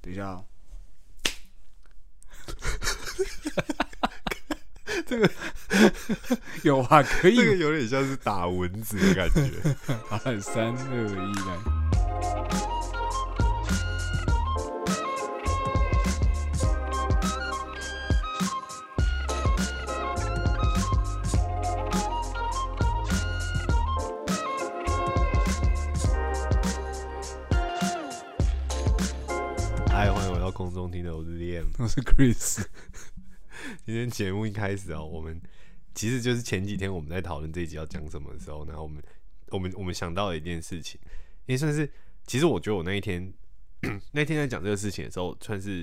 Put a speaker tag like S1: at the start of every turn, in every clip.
S1: 等一下、
S2: 啊
S1: 哦， 这个有啊，可
S2: 这个
S1: 以
S2: 有点像是打蚊子的感觉。
S1: 啊，三二一来。
S2: 嗨，欢迎回到空中听的，我是 Liam。
S1: 我是 Chris，
S2: 今天节目一开始哦，我们其实就是前几天我们在讨论这一集要讲什么的时候，然后我们我们我们想到了一件事情，也算是，其实我觉得我那一天 那天在讲这个事情的时候，算是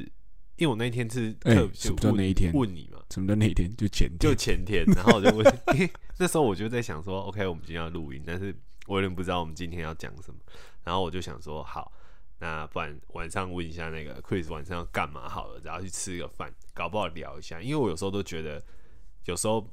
S2: 因为我那一天是
S1: 哎
S2: 特别
S1: 什么叫
S2: 问
S1: 那一天
S2: 问你嘛，
S1: 什么叫那一天？就前
S2: 就
S1: 天，
S2: 前天，然后 我就问，因为那时候我就在想说，OK，我们今天要录音，但是我有点不知道我们今天要讲什么，然后我就想说，好，那不然晚上问一下那个 Chris 晚上要干嘛好了，然后去吃个饭，搞不好聊一下，因为我有时候都觉得，有时候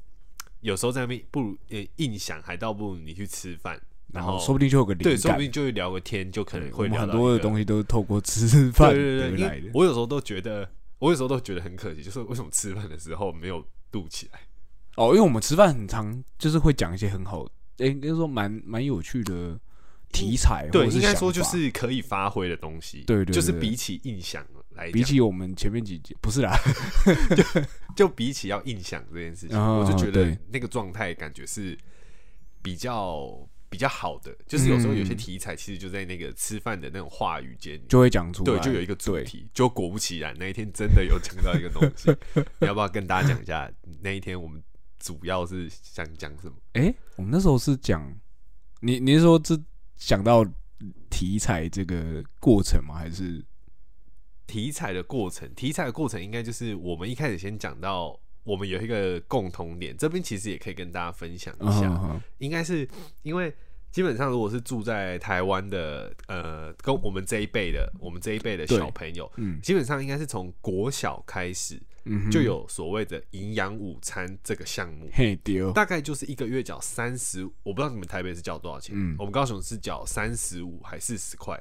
S2: 有时候在那边不如呃硬想，还倒不如你去吃饭，
S1: 然
S2: 然
S1: 后
S2: 后
S1: 说不定就有个灵
S2: 哦对，说
S1: 感
S2: 不，定就会聊个天，就可能
S1: 我
S2: 会
S1: 们
S2: 聊
S1: 很
S2: 到
S1: 多
S2: 一
S1: 的
S2: 个
S1: 东西都是透过吃饭
S2: 对对
S1: 得
S2: 对，因
S1: 来
S2: 为
S1: 的。
S2: 我有时候都觉得，我有时候都觉得很可惜，就是为什么吃饭的时候没有录起来。
S1: 哦，因为我们吃饭很常就是会讲一些很好，哎、应该说蛮蛮有趣的题材或
S2: 对，
S1: 者是
S2: 应该说
S1: 想
S2: 就
S1: 法
S2: 是可以发挥的东西。
S1: 对对对
S2: 就是
S1: 对
S2: 比起印象来讲，
S1: 比起我们前面几集不是啦，
S2: 就比起要印象这件事情，
S1: 哦
S2: 我就觉
S1: 对
S2: 得那个状态感觉是比较比较好的。就是有时候有些
S1: 嗯
S2: 题材其实就在那个吃饭的那种话语间里。
S1: 就会讲出来，
S2: 对，就有一个主
S1: 对
S2: 题，就果不其然，那一天真的有讲到一个东西。 你要不要跟大家讲一下那一天我们主要是想讲什么？
S1: 哎、我们那时候是讲，你你是说这讲到题材这个过程吗？还是
S2: 题材的过程，题材的过程应该就是我们一开始先讲到，我们有一个共同点，这边其实也可以跟大家分享一下，
S1: 嗯
S2: 应该是因为基本上如果是住在台湾的，呃，跟我们这一辈的，我们这一辈的
S1: 对
S2: 小朋友，
S1: 嗯
S2: 基本上应该是从国小开始
S1: 嗯哼
S2: 就有所谓的营养午餐这个项目。
S1: 嘿哦丢，
S2: 大概就是一个月缴三十，我不知道你们台北是缴多少钱，
S1: 嗯
S2: 我们高雄是缴三十五还四十块，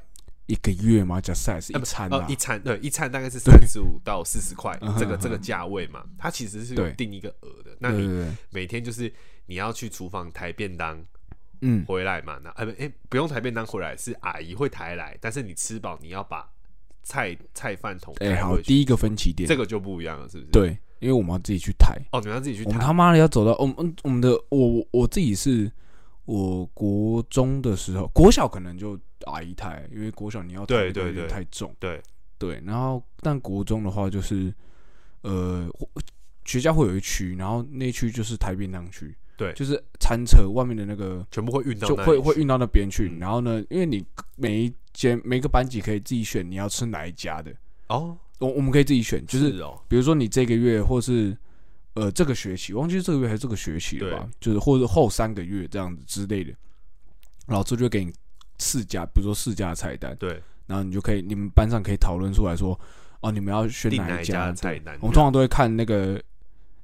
S1: 一个月吗？加赛是
S2: 呃
S1: 一
S2: 不
S1: 餐
S2: 呃
S1: 啊
S2: 一，餐对一餐大概是三十五到四十块
S1: 嗯哼
S2: 这个
S1: 嗯哼
S2: 这个价位嘛，它其实是有
S1: 对
S2: 呃定一个额的。那
S1: 对对
S2: 你
S1: 对，
S2: 每天就是你要去厨房抬便当
S1: 嗯，
S2: 回来嘛，那呃不哎、不用抬便当回来，是阿姨会抬来，但是你吃饱你要把菜菜饭桶
S1: 哎、
S2: 抬
S1: 好，
S2: 回去，
S1: 第一个分歧点，
S2: 这个就不一样了，是不是？
S1: 对，因为我们要自己去抬，
S2: 哦，你们要自己去
S1: 我
S2: 抬
S1: 们，他妈的要走到，我们嗯我们的我我我自己是，我国中的时候，国小可能就阿姨抬，因为国小你要抬
S2: 对
S1: 的东西
S2: 对对
S1: 太重，
S2: 对
S1: 对，然后但国中的话就是，呃，我学校会有一区，然后那一区就是抬便当区，
S2: 对
S1: 就是餐车外面的那个
S2: 全部会运到
S1: 就
S2: 那
S1: 会
S2: 里
S1: 会
S2: 去
S1: 运到那边去，
S2: 嗯
S1: 然后呢，因为你每一间每个班级可以自己选你要吃哪一家的，
S2: 哦，
S1: 我我们可以自己选，就是
S2: 哦，
S1: 比如说你这个月或是呃这个学期，忘记是这个月还是这个学期了吧，就是或者后三个月这样子之类的，老师就会给你四家，比如说四家菜单，
S2: 对，
S1: 然后你就可以你们班上可以讨论出来说，哦，你们要选
S2: 订
S1: 哪
S2: 一
S1: 家
S2: 家
S1: 对
S2: 菜单？
S1: 我们通常都会看那个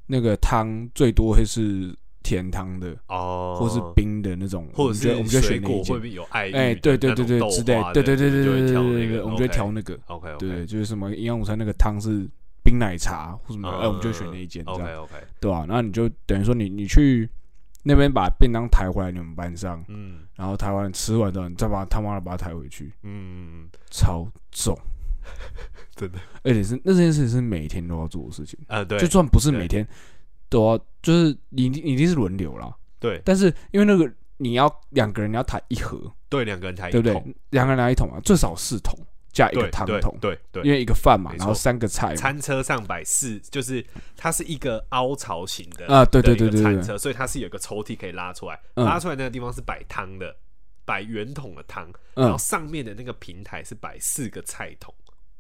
S1: 那个汤最多会是甜汤的，
S2: 哦，
S1: 或是冰的那种，
S2: 或者是
S1: 我们就我们就
S2: 水
S1: 选那
S2: 果
S1: 一
S2: 会
S1: 间
S2: 不。会有爱玉的
S1: 哎，对对对对
S2: 那种，
S1: 之
S2: 豆
S1: 类
S2: 花，
S1: 对
S2: 的
S1: 对对对
S2: 你们就会
S1: 对对
S2: 挑那
S1: 对
S2: 个
S1: 对，我们就会挑那个，
S2: OK 嗯 OK
S1: 对，就是什么营养午餐那个汤是冰奶茶或什么的，哎，我们就选那一间，这样
S2: 嗯 OK OK，
S1: 对吧、那你就等于说你你去那边把便当抬回来你们班上，
S2: 嗯
S1: 然后抬完吃完之后，你再把他妈的把它抬回去，
S2: 嗯，
S1: 超重，
S2: 真的，
S1: 而且是那件事情是每天都要做的事情，
S2: 呃，对，
S1: 就算不是
S2: 对
S1: 每天都要，就是你一定你一定是轮流啦，
S2: 对
S1: 但是因为那个你要两个人要抬一盒，
S2: 对，两个人抬一
S1: 对
S2: 桶，
S1: 不对？两个人拿一桶嘛，最少四桶加一个
S2: 对
S1: 汤
S2: 对
S1: 桶，
S2: 对对
S1: 因为一个饭嘛，
S2: 没错
S1: 然后三个菜嘛，
S2: 餐车上摆四，就是它是一个凹槽型的
S1: 啊对对
S2: 的一个
S1: 对对对
S2: 餐车，所以它是有个抽屉可以拉出来，
S1: 嗯
S2: 拉出来那个地方是摆汤的，摆圆桶的汤，然
S1: 嗯
S2: 后，上面的那个平台是摆四个菜桶。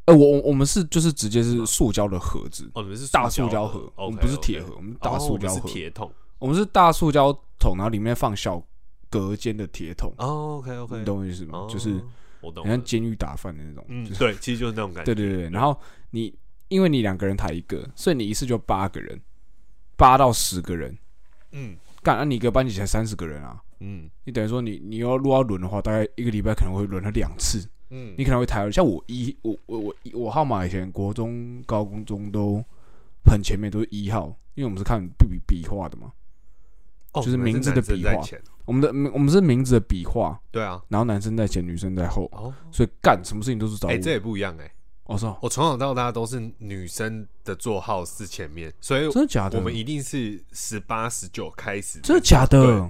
S1: 呃，我我我们是就是直接是塑胶的盒子，
S2: 哦，你们是
S1: 大塑胶
S2: 胶
S1: 盒，
S2: OK，
S1: 我们不是
S2: OK
S1: 铁盒，我们是大
S2: 哦
S1: 塑
S2: 我们
S1: 胶
S2: 是
S1: 盒，
S2: 铁桶。
S1: 我们是大塑胶桶，然后里面放小隔间的铁桶，
S2: 哦，OK OK，
S1: 你懂我意思吗？
S2: 哦
S1: 就是
S2: 我懂
S1: 很像
S2: 了，
S1: 监狱打饭的那种，
S2: 嗯
S1: 就，是
S2: 对，其实就是那种感
S1: 对
S2: 觉，
S1: 对对。然后你因为你两个人抬一个，所以你一次就八个人，八到十个人，
S2: 嗯
S1: 干，那、你一个班级才三十个人啊。
S2: 嗯，
S1: 你等于说你你要录到轮的话，大概一个礼拜可能会轮了两次，
S2: 嗯
S1: 你可能会抬头。像我一，我我我我号码以前国中、高中中都很前面，都是一号，因为我们是看笔笔画的嘛。
S2: 哦
S1: 就是
S2: 你们
S1: 名字的
S2: 男生
S1: 笔
S2: 在
S1: 画
S2: 前
S1: 我们的嗯我们是名字的笔画，
S2: 对啊，
S1: 然后男生在前，女生在后，
S2: 哦，
S1: 所以干什么事情都是找我。哦
S2: 哎、这也不一样哎、
S1: 我操、
S2: 我从小到大都是女生的座号是前面，所以
S1: 真的假的？
S2: 我们一定是十八、十九开始，
S1: 真的假的
S2: 对？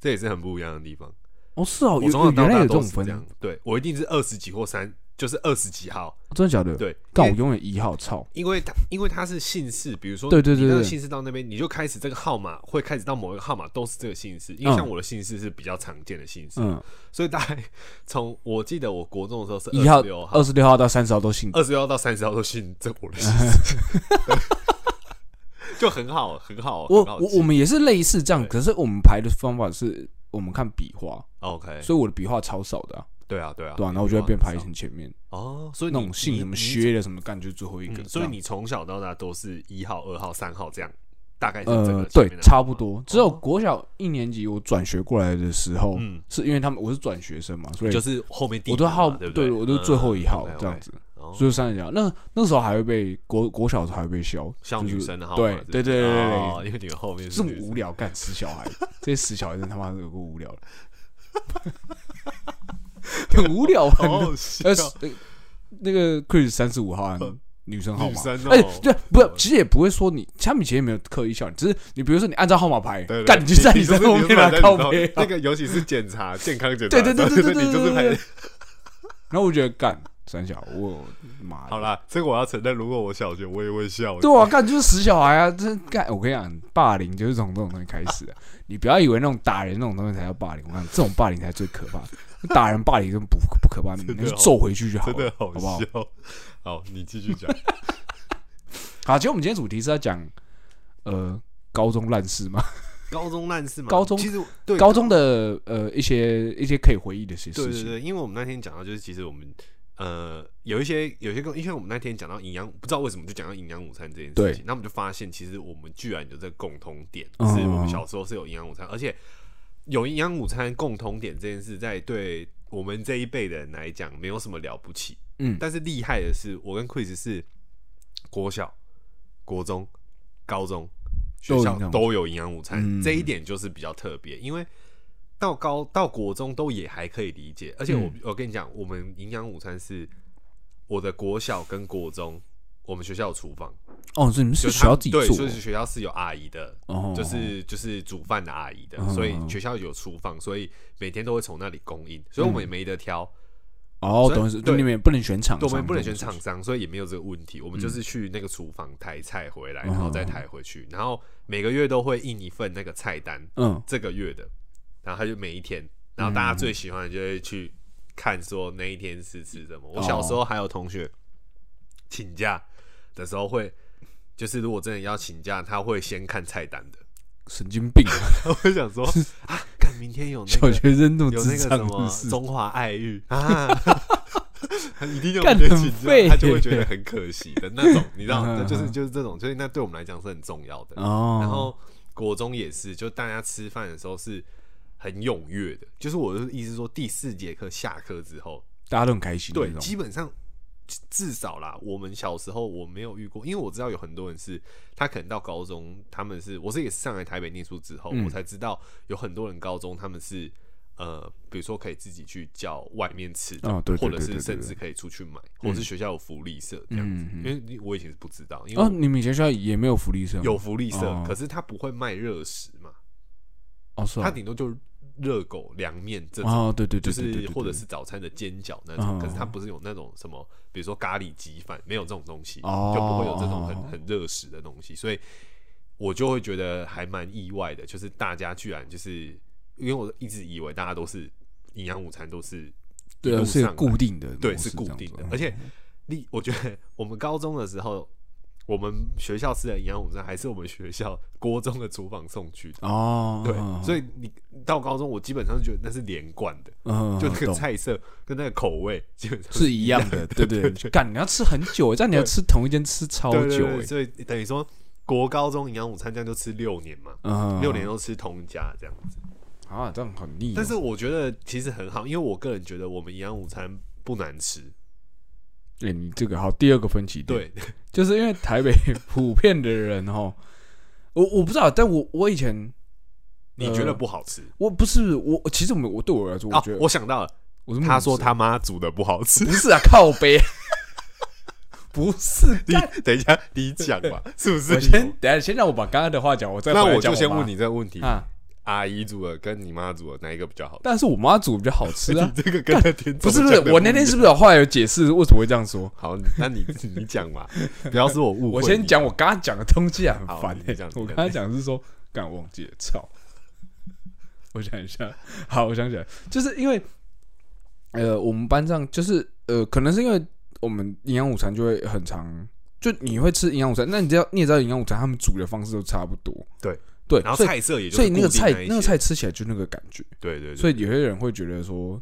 S2: 这也是很不一样的地方。
S1: 哦，是哦，
S2: 我
S1: 有
S2: 从小
S1: 有
S2: 到
S1: 原来
S2: 大
S1: 有这
S2: 都
S1: 种
S2: 是
S1: 分
S2: 这，样，对我一定是二十几或三，就是二十几号，
S1: 哦真的假的？
S2: 对，
S1: 干我
S2: 因为
S1: 永远一号，操！
S2: 因为他因为他是姓氏，比如说
S1: 对对对
S2: 你那个
S1: 对
S2: 姓氏到那边，你就开始这个号码会开始到某一个号码都是这个姓氏，因为
S1: 嗯
S2: 像我的姓氏是比较常见的姓氏，
S1: 嗯，
S2: 所以大概从我记得我国中的时候是
S1: 一号
S2: 二十六、号
S1: 二、十六号到三十号都姓。
S2: 二十六到三十号都姓这 我的姓氏，就很好很好
S1: 我
S2: 很好
S1: 我
S2: 记
S1: 我们也是类似这样，
S2: 对
S1: 可是我们排的方法是我们看笔画，
S2: OK
S1: 所以我的笔画超少的、啊，
S2: 对啊对啊
S1: 对啊，然后我就会变排很前面，
S2: 哦，所以
S1: 那
S2: 你
S1: 种姓
S2: 你
S1: 什么
S2: 你
S1: 薛的什么干就最后一个
S2: 嗯，
S1: 这
S2: 所以
S1: 样
S2: 你从小到大都是一号、二号、三号这样，大概是这
S1: 呃
S2: 个前
S1: 对
S2: 面的嗯
S1: 差不
S2: 号码，
S1: 多，只有国小一年级我转学过来的时候，
S2: 嗯，
S1: 是因为他们我是转学生嘛，所以
S2: 就是后面第一
S1: 我都
S2: 名嘛
S1: 号
S2: 对不
S1: 我都最后一号
S2: 嗯，OK，OK
S1: 这样子，
S2: 哦
S1: 就是三十号。那那时候还会被国国小的时候还会被削，
S2: 像
S1: 就是
S2: 女生的号码
S1: 对
S2: 是不是
S1: 对对对对对
S2: 哦因为你们后面
S1: 这
S2: 是
S1: 么
S2: 女生
S1: 无聊，干死小孩，这些死小孩真他妈有够无聊的， 很无聊，很
S2: 好好哦笑嗯
S1: 呃，是呃那个 Chris 三十五号啊女生号
S2: 女
S1: 码，
S2: 生哦
S1: 而且哎对，不是
S2: 哦，
S1: 其实也不会说你，他们其实也没有刻意笑你，只是你比如说你按照号码排
S2: 对，对
S1: 干你就在
S2: 你
S1: 你身后面来靠背
S2: 那
S1: 啊，
S2: 个尤其是检查健康检 查，
S1: 对对对对对对
S2: 你就是
S1: 对
S2: 排
S1: 对。然后我觉得干三小，我妈
S2: 好
S1: 的，
S2: 啦，这个我要承认，如果我小学我也会笑。
S1: 对啊，干就是死小孩啊，这干我跟你讲，霸凌就是从这种东西开始的，你不要以为那种打人那种东西才叫霸凌，我跟你讲这种霸凌才是最可怕的，打人霸凌真不哦不可怕，你
S2: 的
S1: 就
S2: 好
S1: 揍回去就好
S2: 真的
S1: 了，
S2: 好
S1: 不好？
S2: 笑。好，你继续讲。
S1: 好，其实我们今天主题是要讲呃高中烂事嘛，
S2: 高中烂事 嘛，
S1: 高中
S2: 其实对
S1: 高中的呃一些一些可以回忆的一些
S2: 对
S1: 事
S2: 对
S1: 情，
S2: 对，因为我们那天讲到，就是其实我们呃有一些有些跟，因为我们那天讲到营养，不知道为什么就讲到营养午餐这件事
S1: 对
S2: 情，那我们就发现其实我们居然有这个共通点，
S1: 嗯
S2: 是我们小时候是有营养午餐，而且有营养午餐共通点这件事，在对我们这一辈的人来讲没有什么了不起，
S1: 嗯，
S2: 但是厉害的是，我跟 Quiz 是国小、国中、高中学
S1: 都有
S2: 校
S1: 营养午餐
S2: 都有营养午餐，
S1: 嗯
S2: 这一点就是比较特别，因为到高到国中都也还可以理解，而且我、
S1: 嗯
S2: 我跟你讲，我们营养午餐是我的国小跟国中，我们学校有厨房，
S1: 哦，所以你们是
S2: 就
S1: 学
S2: 他
S1: 校
S2: 们
S1: 自己
S2: 对，
S1: 做
S2: 就是学校是有阿姨的，
S1: 哦，哦，
S2: 就是就是煮饭的阿姨的，
S1: 嗯
S2: 所以学校有厨房，所以每天都会从那里供应，所以我们也没得挑。
S1: 哦
S2: 所，以
S1: 懂意思，
S2: 对
S1: 对，你们也不能选厂
S2: 对，
S1: 商，
S2: 我们不能选
S1: 这种
S2: 厂
S1: 东西，
S2: 商，所以也没有这个问题。我们就是去那个厨房抬菜回来，
S1: 嗯
S2: 然后再抬回去，然后每个月都会印一份那个菜单，
S1: 嗯，
S2: 这个月的，然后他就每一天，然后大家最喜欢的就会去看说那一天是吃什
S1: 嗯
S2: 么。我小时候还有同学请假的时候会，就是如果真的要请假，他会先看菜单 的。
S1: 神经病啊，
S2: 我会想说啊，看明天有 那
S1: 小
S2: 个
S1: 学生那么
S2: 有
S1: 智
S2: 那个什
S1: 障
S2: 么
S1: 是不是？
S2: 中华爱玉啊，他一定有
S1: 干
S2: 些
S1: 很
S2: 请
S1: 废
S2: 假，他就会
S1: 耶
S2: 觉得很可惜的那种，你知道，
S1: 嗯
S2: 那
S1: 嗯
S2: 就是
S1: 嗯
S2: 就是这种，所以那对我们来讲是很重要的。
S1: 哦，
S2: 然后国中也是，就大家吃饭的时候是很踊跃的，就是我的意思是说，第四节课下课之后，
S1: 大家都很开心，
S2: 对，基本上至少啦，我们小时候我没有遇过，因为我知道有很多人是他可能到高中，他们是我是也是上来台北念书之后，
S1: 嗯
S2: 我才知道有很多人高中他们是呃，比如说可以自己去叫外面吃的，
S1: 哦对对
S2: 或者
S1: 对
S2: 是
S1: 对
S2: 甚
S1: 对
S2: 至可以出去买，或者是学校有福利社这样子，
S1: 嗯嗯嗯
S2: 因为你我以前是不知道，因为
S1: 哦，
S2: 我
S1: 你们以前学校也没有福利社吗，
S2: 有福利社，
S1: 哦
S2: 可是他不会卖热食嘛，
S1: 哦，是
S2: 他
S1: 啊，
S2: 顶多就热狗、凉面这种。
S1: 哦，对对
S2: 就
S1: 对，对对
S2: 是
S1: 对对
S2: 或者
S1: 对
S2: 是早餐的煎饺那
S1: 嗯
S2: 种，可是它不是有那种什么，比如说咖喱鸡饭，没有这种东西，
S1: 哦
S2: 就不会有这种很
S1: 哦
S2: 很热食的东西，所以我就会觉得还蛮意外的，就是大家居然就是因为我一直以为大家都是营养午餐都是一
S1: 对
S2: 路
S1: 啊是有
S2: 上来
S1: 固定的模式这
S2: 对
S1: 样
S2: 是
S1: 子，
S2: 固定的
S1: 嗯，
S2: 而且你我觉得我们高中的时候。我们学校吃的营养午餐还是我们学校 国中的厨房送去的，
S1: 哦，
S2: 对，所
S1: 以
S2: 以你到高中，我基本上觉得那是连贯的，
S1: 嗯
S2: 就那个菜色跟那个口味基本上
S1: 哦 是一样的，对对，对干你要吃很久，欸这样你要吃同一间吃超
S2: 对对
S1: 久
S2: 对，
S1: 哎，
S2: 所以等于说国高中营养午餐这样就吃六年嘛，
S1: 嗯，
S2: 六年都吃同一家这样子。
S1: 啊，这样很腻哦，
S2: 但是我觉得其实很好，因为我个人觉得我们营养午餐不难吃。
S1: 对哎你这个好，第二个分歧点，
S2: 对，
S1: 就是因为台北普遍的人哈， 我我不知道，但我我以前 呃
S2: 你觉得不好吃？
S1: 我不是我，其实我们我对我来说，我
S2: 哦
S1: 觉，得、
S2: 我想到了，
S1: 我是
S2: 他说
S1: 他。
S2: 他妈煮的不 好吃。
S1: 不是啊，靠 背，不是。
S2: 你等一下，你讲 吧，是不
S1: 我
S2: 是？
S1: 先等一下，先让我把刚刚的话讲，我再
S2: 那
S1: 回来
S2: 我
S1: 讲
S2: 就先
S1: 妈
S2: 问你这个问题：
S1: 啊。
S2: 阿姨煮的跟你妈煮的哪一个比较好吃？
S1: 但是我妈煮比较好吃啊，
S2: 你 这个跟那天
S1: 不是
S2: 早
S1: 不
S2: 上
S1: 是
S2: 讲的，
S1: 我那天
S2: 一
S1: 是
S2: 样
S1: 不是有后来有解释为什么会这样说？
S2: 好？那你你讲嘛，不要是我误会。
S1: 我先，讲我刚刚讲的东西啊，很
S2: 好
S1: 烦
S2: 你
S1: 欸
S2: 讲
S1: 我
S2: 你
S1: 刚
S2: 讲
S1: 刚讲的是说，刚忘记了，操！ 我想一下，好，我想起来，就是因为呃，我们班上就是呃，可能是因为我们营养午餐就会很常，就你会吃营养午餐，那你知道你也知道营养午餐他们煮的方式都差不多，
S2: 对
S1: 对，
S2: 然后
S1: 所以
S2: 菜色也就
S1: 所以那个
S2: 固定
S1: 菜
S2: 一
S1: 那个
S2: 些，
S1: 菜吃起来就那个感觉，
S2: 对对对，
S1: 所以有些人会觉得说，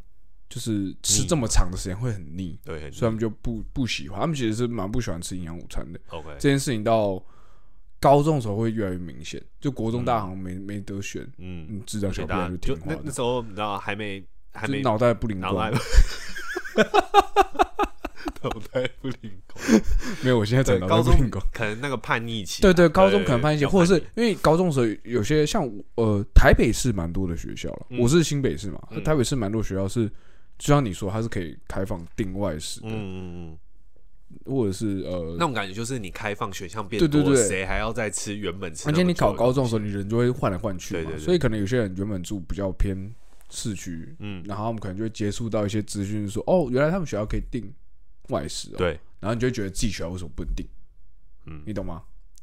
S1: 就是吃这么长的时间会很腻，
S2: 对很
S1: 所以他们就不不喜欢，他们其实是蛮不喜欢吃营养午餐的。
S2: OK，
S1: 这件事情到高中的时候会越来越明显，就国中大好像没、没得选，
S2: 嗯，
S1: 嗯，智障
S2: 而且
S1: 小屁
S2: 大
S1: 孩
S2: 家
S1: 就
S2: 嗯就
S1: 听话
S2: 那那
S1: 的，
S2: 时候你知道还没还
S1: 就
S2: 没
S1: 脑袋不灵
S2: 脑袋
S1: 光。
S2: 脑袋不灵光，
S1: 没有，我 现在
S2: 对
S1: 整，脑
S2: 高
S1: 袋不
S2: 中
S1: 灵光。
S2: 可能那个叛逆期啊，
S1: 对对，高中可能翻一些，
S2: 要
S1: 或者是因
S2: 逆
S1: 为高中的时候有些像我呃台北市蛮多的学校了，
S2: 嗯
S1: 我是新北市嘛，
S2: 嗯
S1: 台北市蛮多学校是，就像你说，它是可以开放定外式的，
S2: 嗯嗯嗯，
S1: 或者是呃
S2: 那，种感觉就是你开放选项变
S1: 对对
S2: 多了，
S1: 对
S2: 谁还要再吃原本吃那
S1: 而且你
S2: 么久的东西？
S1: 考高中的时候，你人就会换来换去
S2: 对
S1: 嘛
S2: 对，对
S1: 所以可能有些人原本住比较偏市区，
S2: 嗯，
S1: 然后我们可能就会接触到一些资讯，说哦，原来他们学校可以订外食哦，
S2: 对，
S1: 然后你就会觉得自己学校为什么不能订，
S2: 嗯
S1: 你懂吗？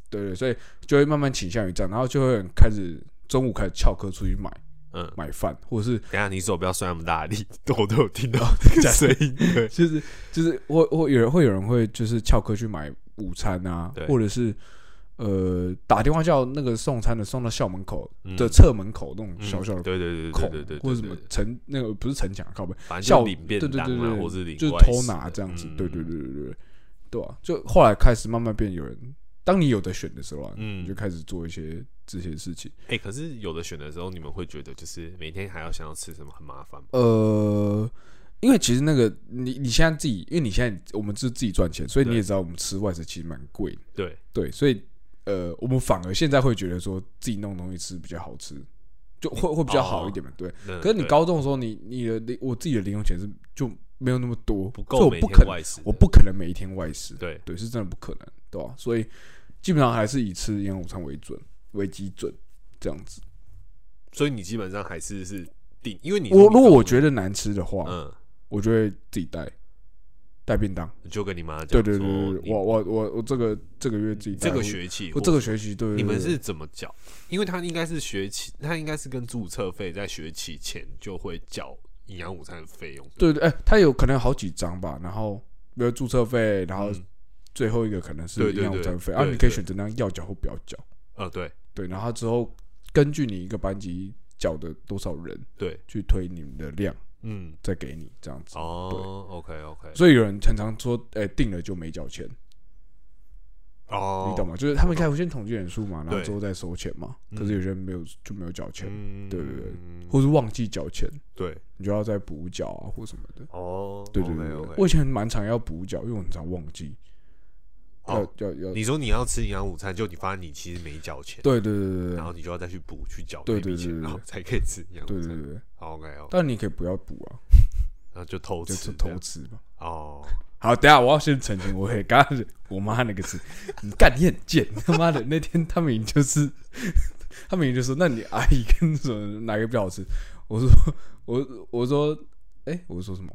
S1: 对对，所以就会慢慢倾向于这样，然后就会很开始中午开始翘课出去买
S2: 嗯，
S1: 买饭，或者 是
S2: 等一下你手不要摔那么大力， 我都有 听到这个声音。对，
S1: 就是就是我我有人会有人会就是翘课去买午餐啊
S2: 对，
S1: 或者是呃打电话叫那个送餐的送到校门口
S2: 嗯
S1: 的侧门口那种
S2: 嗯
S1: 小小的
S2: 对对对
S1: 孔
S2: 对对对，
S1: 或者什么
S2: 对，对
S1: 城那个不是城墙啊靠背，
S2: 反正
S1: 校
S2: 就领
S1: 对
S2: 便
S1: 对对
S2: 当啊，或
S1: 对
S2: 是
S1: 对，
S2: 领
S1: 就是
S2: 外
S1: 偷
S2: 食
S1: 拿
S2: 的
S1: 这样子
S2: 嗯，
S1: 对对对对对对，对啊，就后来开始慢慢变有人，当你有的选的时候啊，你就
S2: 嗯，
S1: 开始做一些这些事情。
S2: 哎、可是有的选的时候，你们会觉得就是每天还要想要吃什么很麻烦吗？
S1: 呃，因为其实那个你你现在自己，因为你现在我们是自己赚钱，所以你
S2: 对
S1: 也知道我们吃外食其实蛮贵的，
S2: 对，
S1: 对，所以呃，我们反而现在会觉得说自己弄东西吃比较好吃，就会会比较好一点嘛，对。
S2: 那
S1: 可是你
S2: 哦对
S1: 高中的时候，你你的零我自己的零用钱是就没有那么多，所
S2: 不
S1: 以
S2: 够
S1: 我
S2: 每
S1: 不可
S2: 天
S1: 能，
S2: 外食的，
S1: 我不可能每一天外食，
S2: 对
S1: 对，是真的不可能，对吧、所以基本上还是以吃营养午餐为准为基准，这样子。
S2: 所以你基本上还是是定，因为你
S1: 我如果我
S2: 得
S1: 觉得难吃的话，
S2: 嗯，
S1: 我就会自己带带便当。
S2: 你就跟你妈
S1: 对
S2: 讲
S1: 对
S2: 说，
S1: 对对，
S2: 你
S1: 我我我我这个这个月自己带
S2: 这个
S1: 或
S2: 学期
S1: 我
S2: 或
S1: 这个学期对对
S2: 你们
S1: 对
S2: 是怎么缴？因为他应该是学期，他应该是跟注册费在学期前就会缴营养午餐的费用。
S1: 对对哎，他有可能好几张吧，然后比如注册费，然后
S2: 嗯
S1: 最后一个可能是
S2: 对
S1: 营
S2: 对
S1: 养午
S2: 对
S1: 餐费，
S2: 对
S1: 啊，你可以
S2: 对
S1: 选择那样要缴或不要缴。
S2: 呃，对
S1: 对，然后之后根据你一个班级缴的多少人
S2: 对，
S1: 去推你们的量，
S2: 嗯，
S1: 再给你这样子。
S2: 哦，OK OK，
S1: 所以有人常常说，哎、定了就没缴钱，
S2: 哦，
S1: 你懂
S2: 吗？
S1: 吗？就是他们开始先统计人数嘛，然后
S2: 对
S1: 之后再收钱嘛。可是有些人没有就没有缴钱，
S2: 嗯，
S1: 对对
S2: 对
S1: 或是忘记缴钱，
S2: 对，
S1: 你就要再补缴啊或什么的。
S2: 哦，
S1: 对对对对
S2: OK，OK
S1: 我以前蛮常要补缴，因为我很常忘记要、
S2: 哦，
S1: 要要。
S2: 你说你要吃营养午餐，就你发现你其实没缴钱，
S1: 对对对对对
S2: 然后你就要再去补去缴
S1: 对
S2: 那笔
S1: 对对对
S2: 钱，
S1: 对
S2: 然后才可以吃营养
S1: 对
S2: 午
S1: 对对
S2: 餐。
S1: 对，
S2: OK OK，
S1: 但你可以不要补啊，
S2: 然后就偷
S1: 就
S2: 吃
S1: 是
S2: 这
S1: 偷
S2: 样
S1: 吃嘛。
S2: 哦，
S1: 好，等一下我要先澄清，我也刚刚是我妈那个事，你 干你很贱， 他妈的那天他们就是他们就说，那你阿姨跟什么哪个比较好吃？我说我我说哎、我说什么？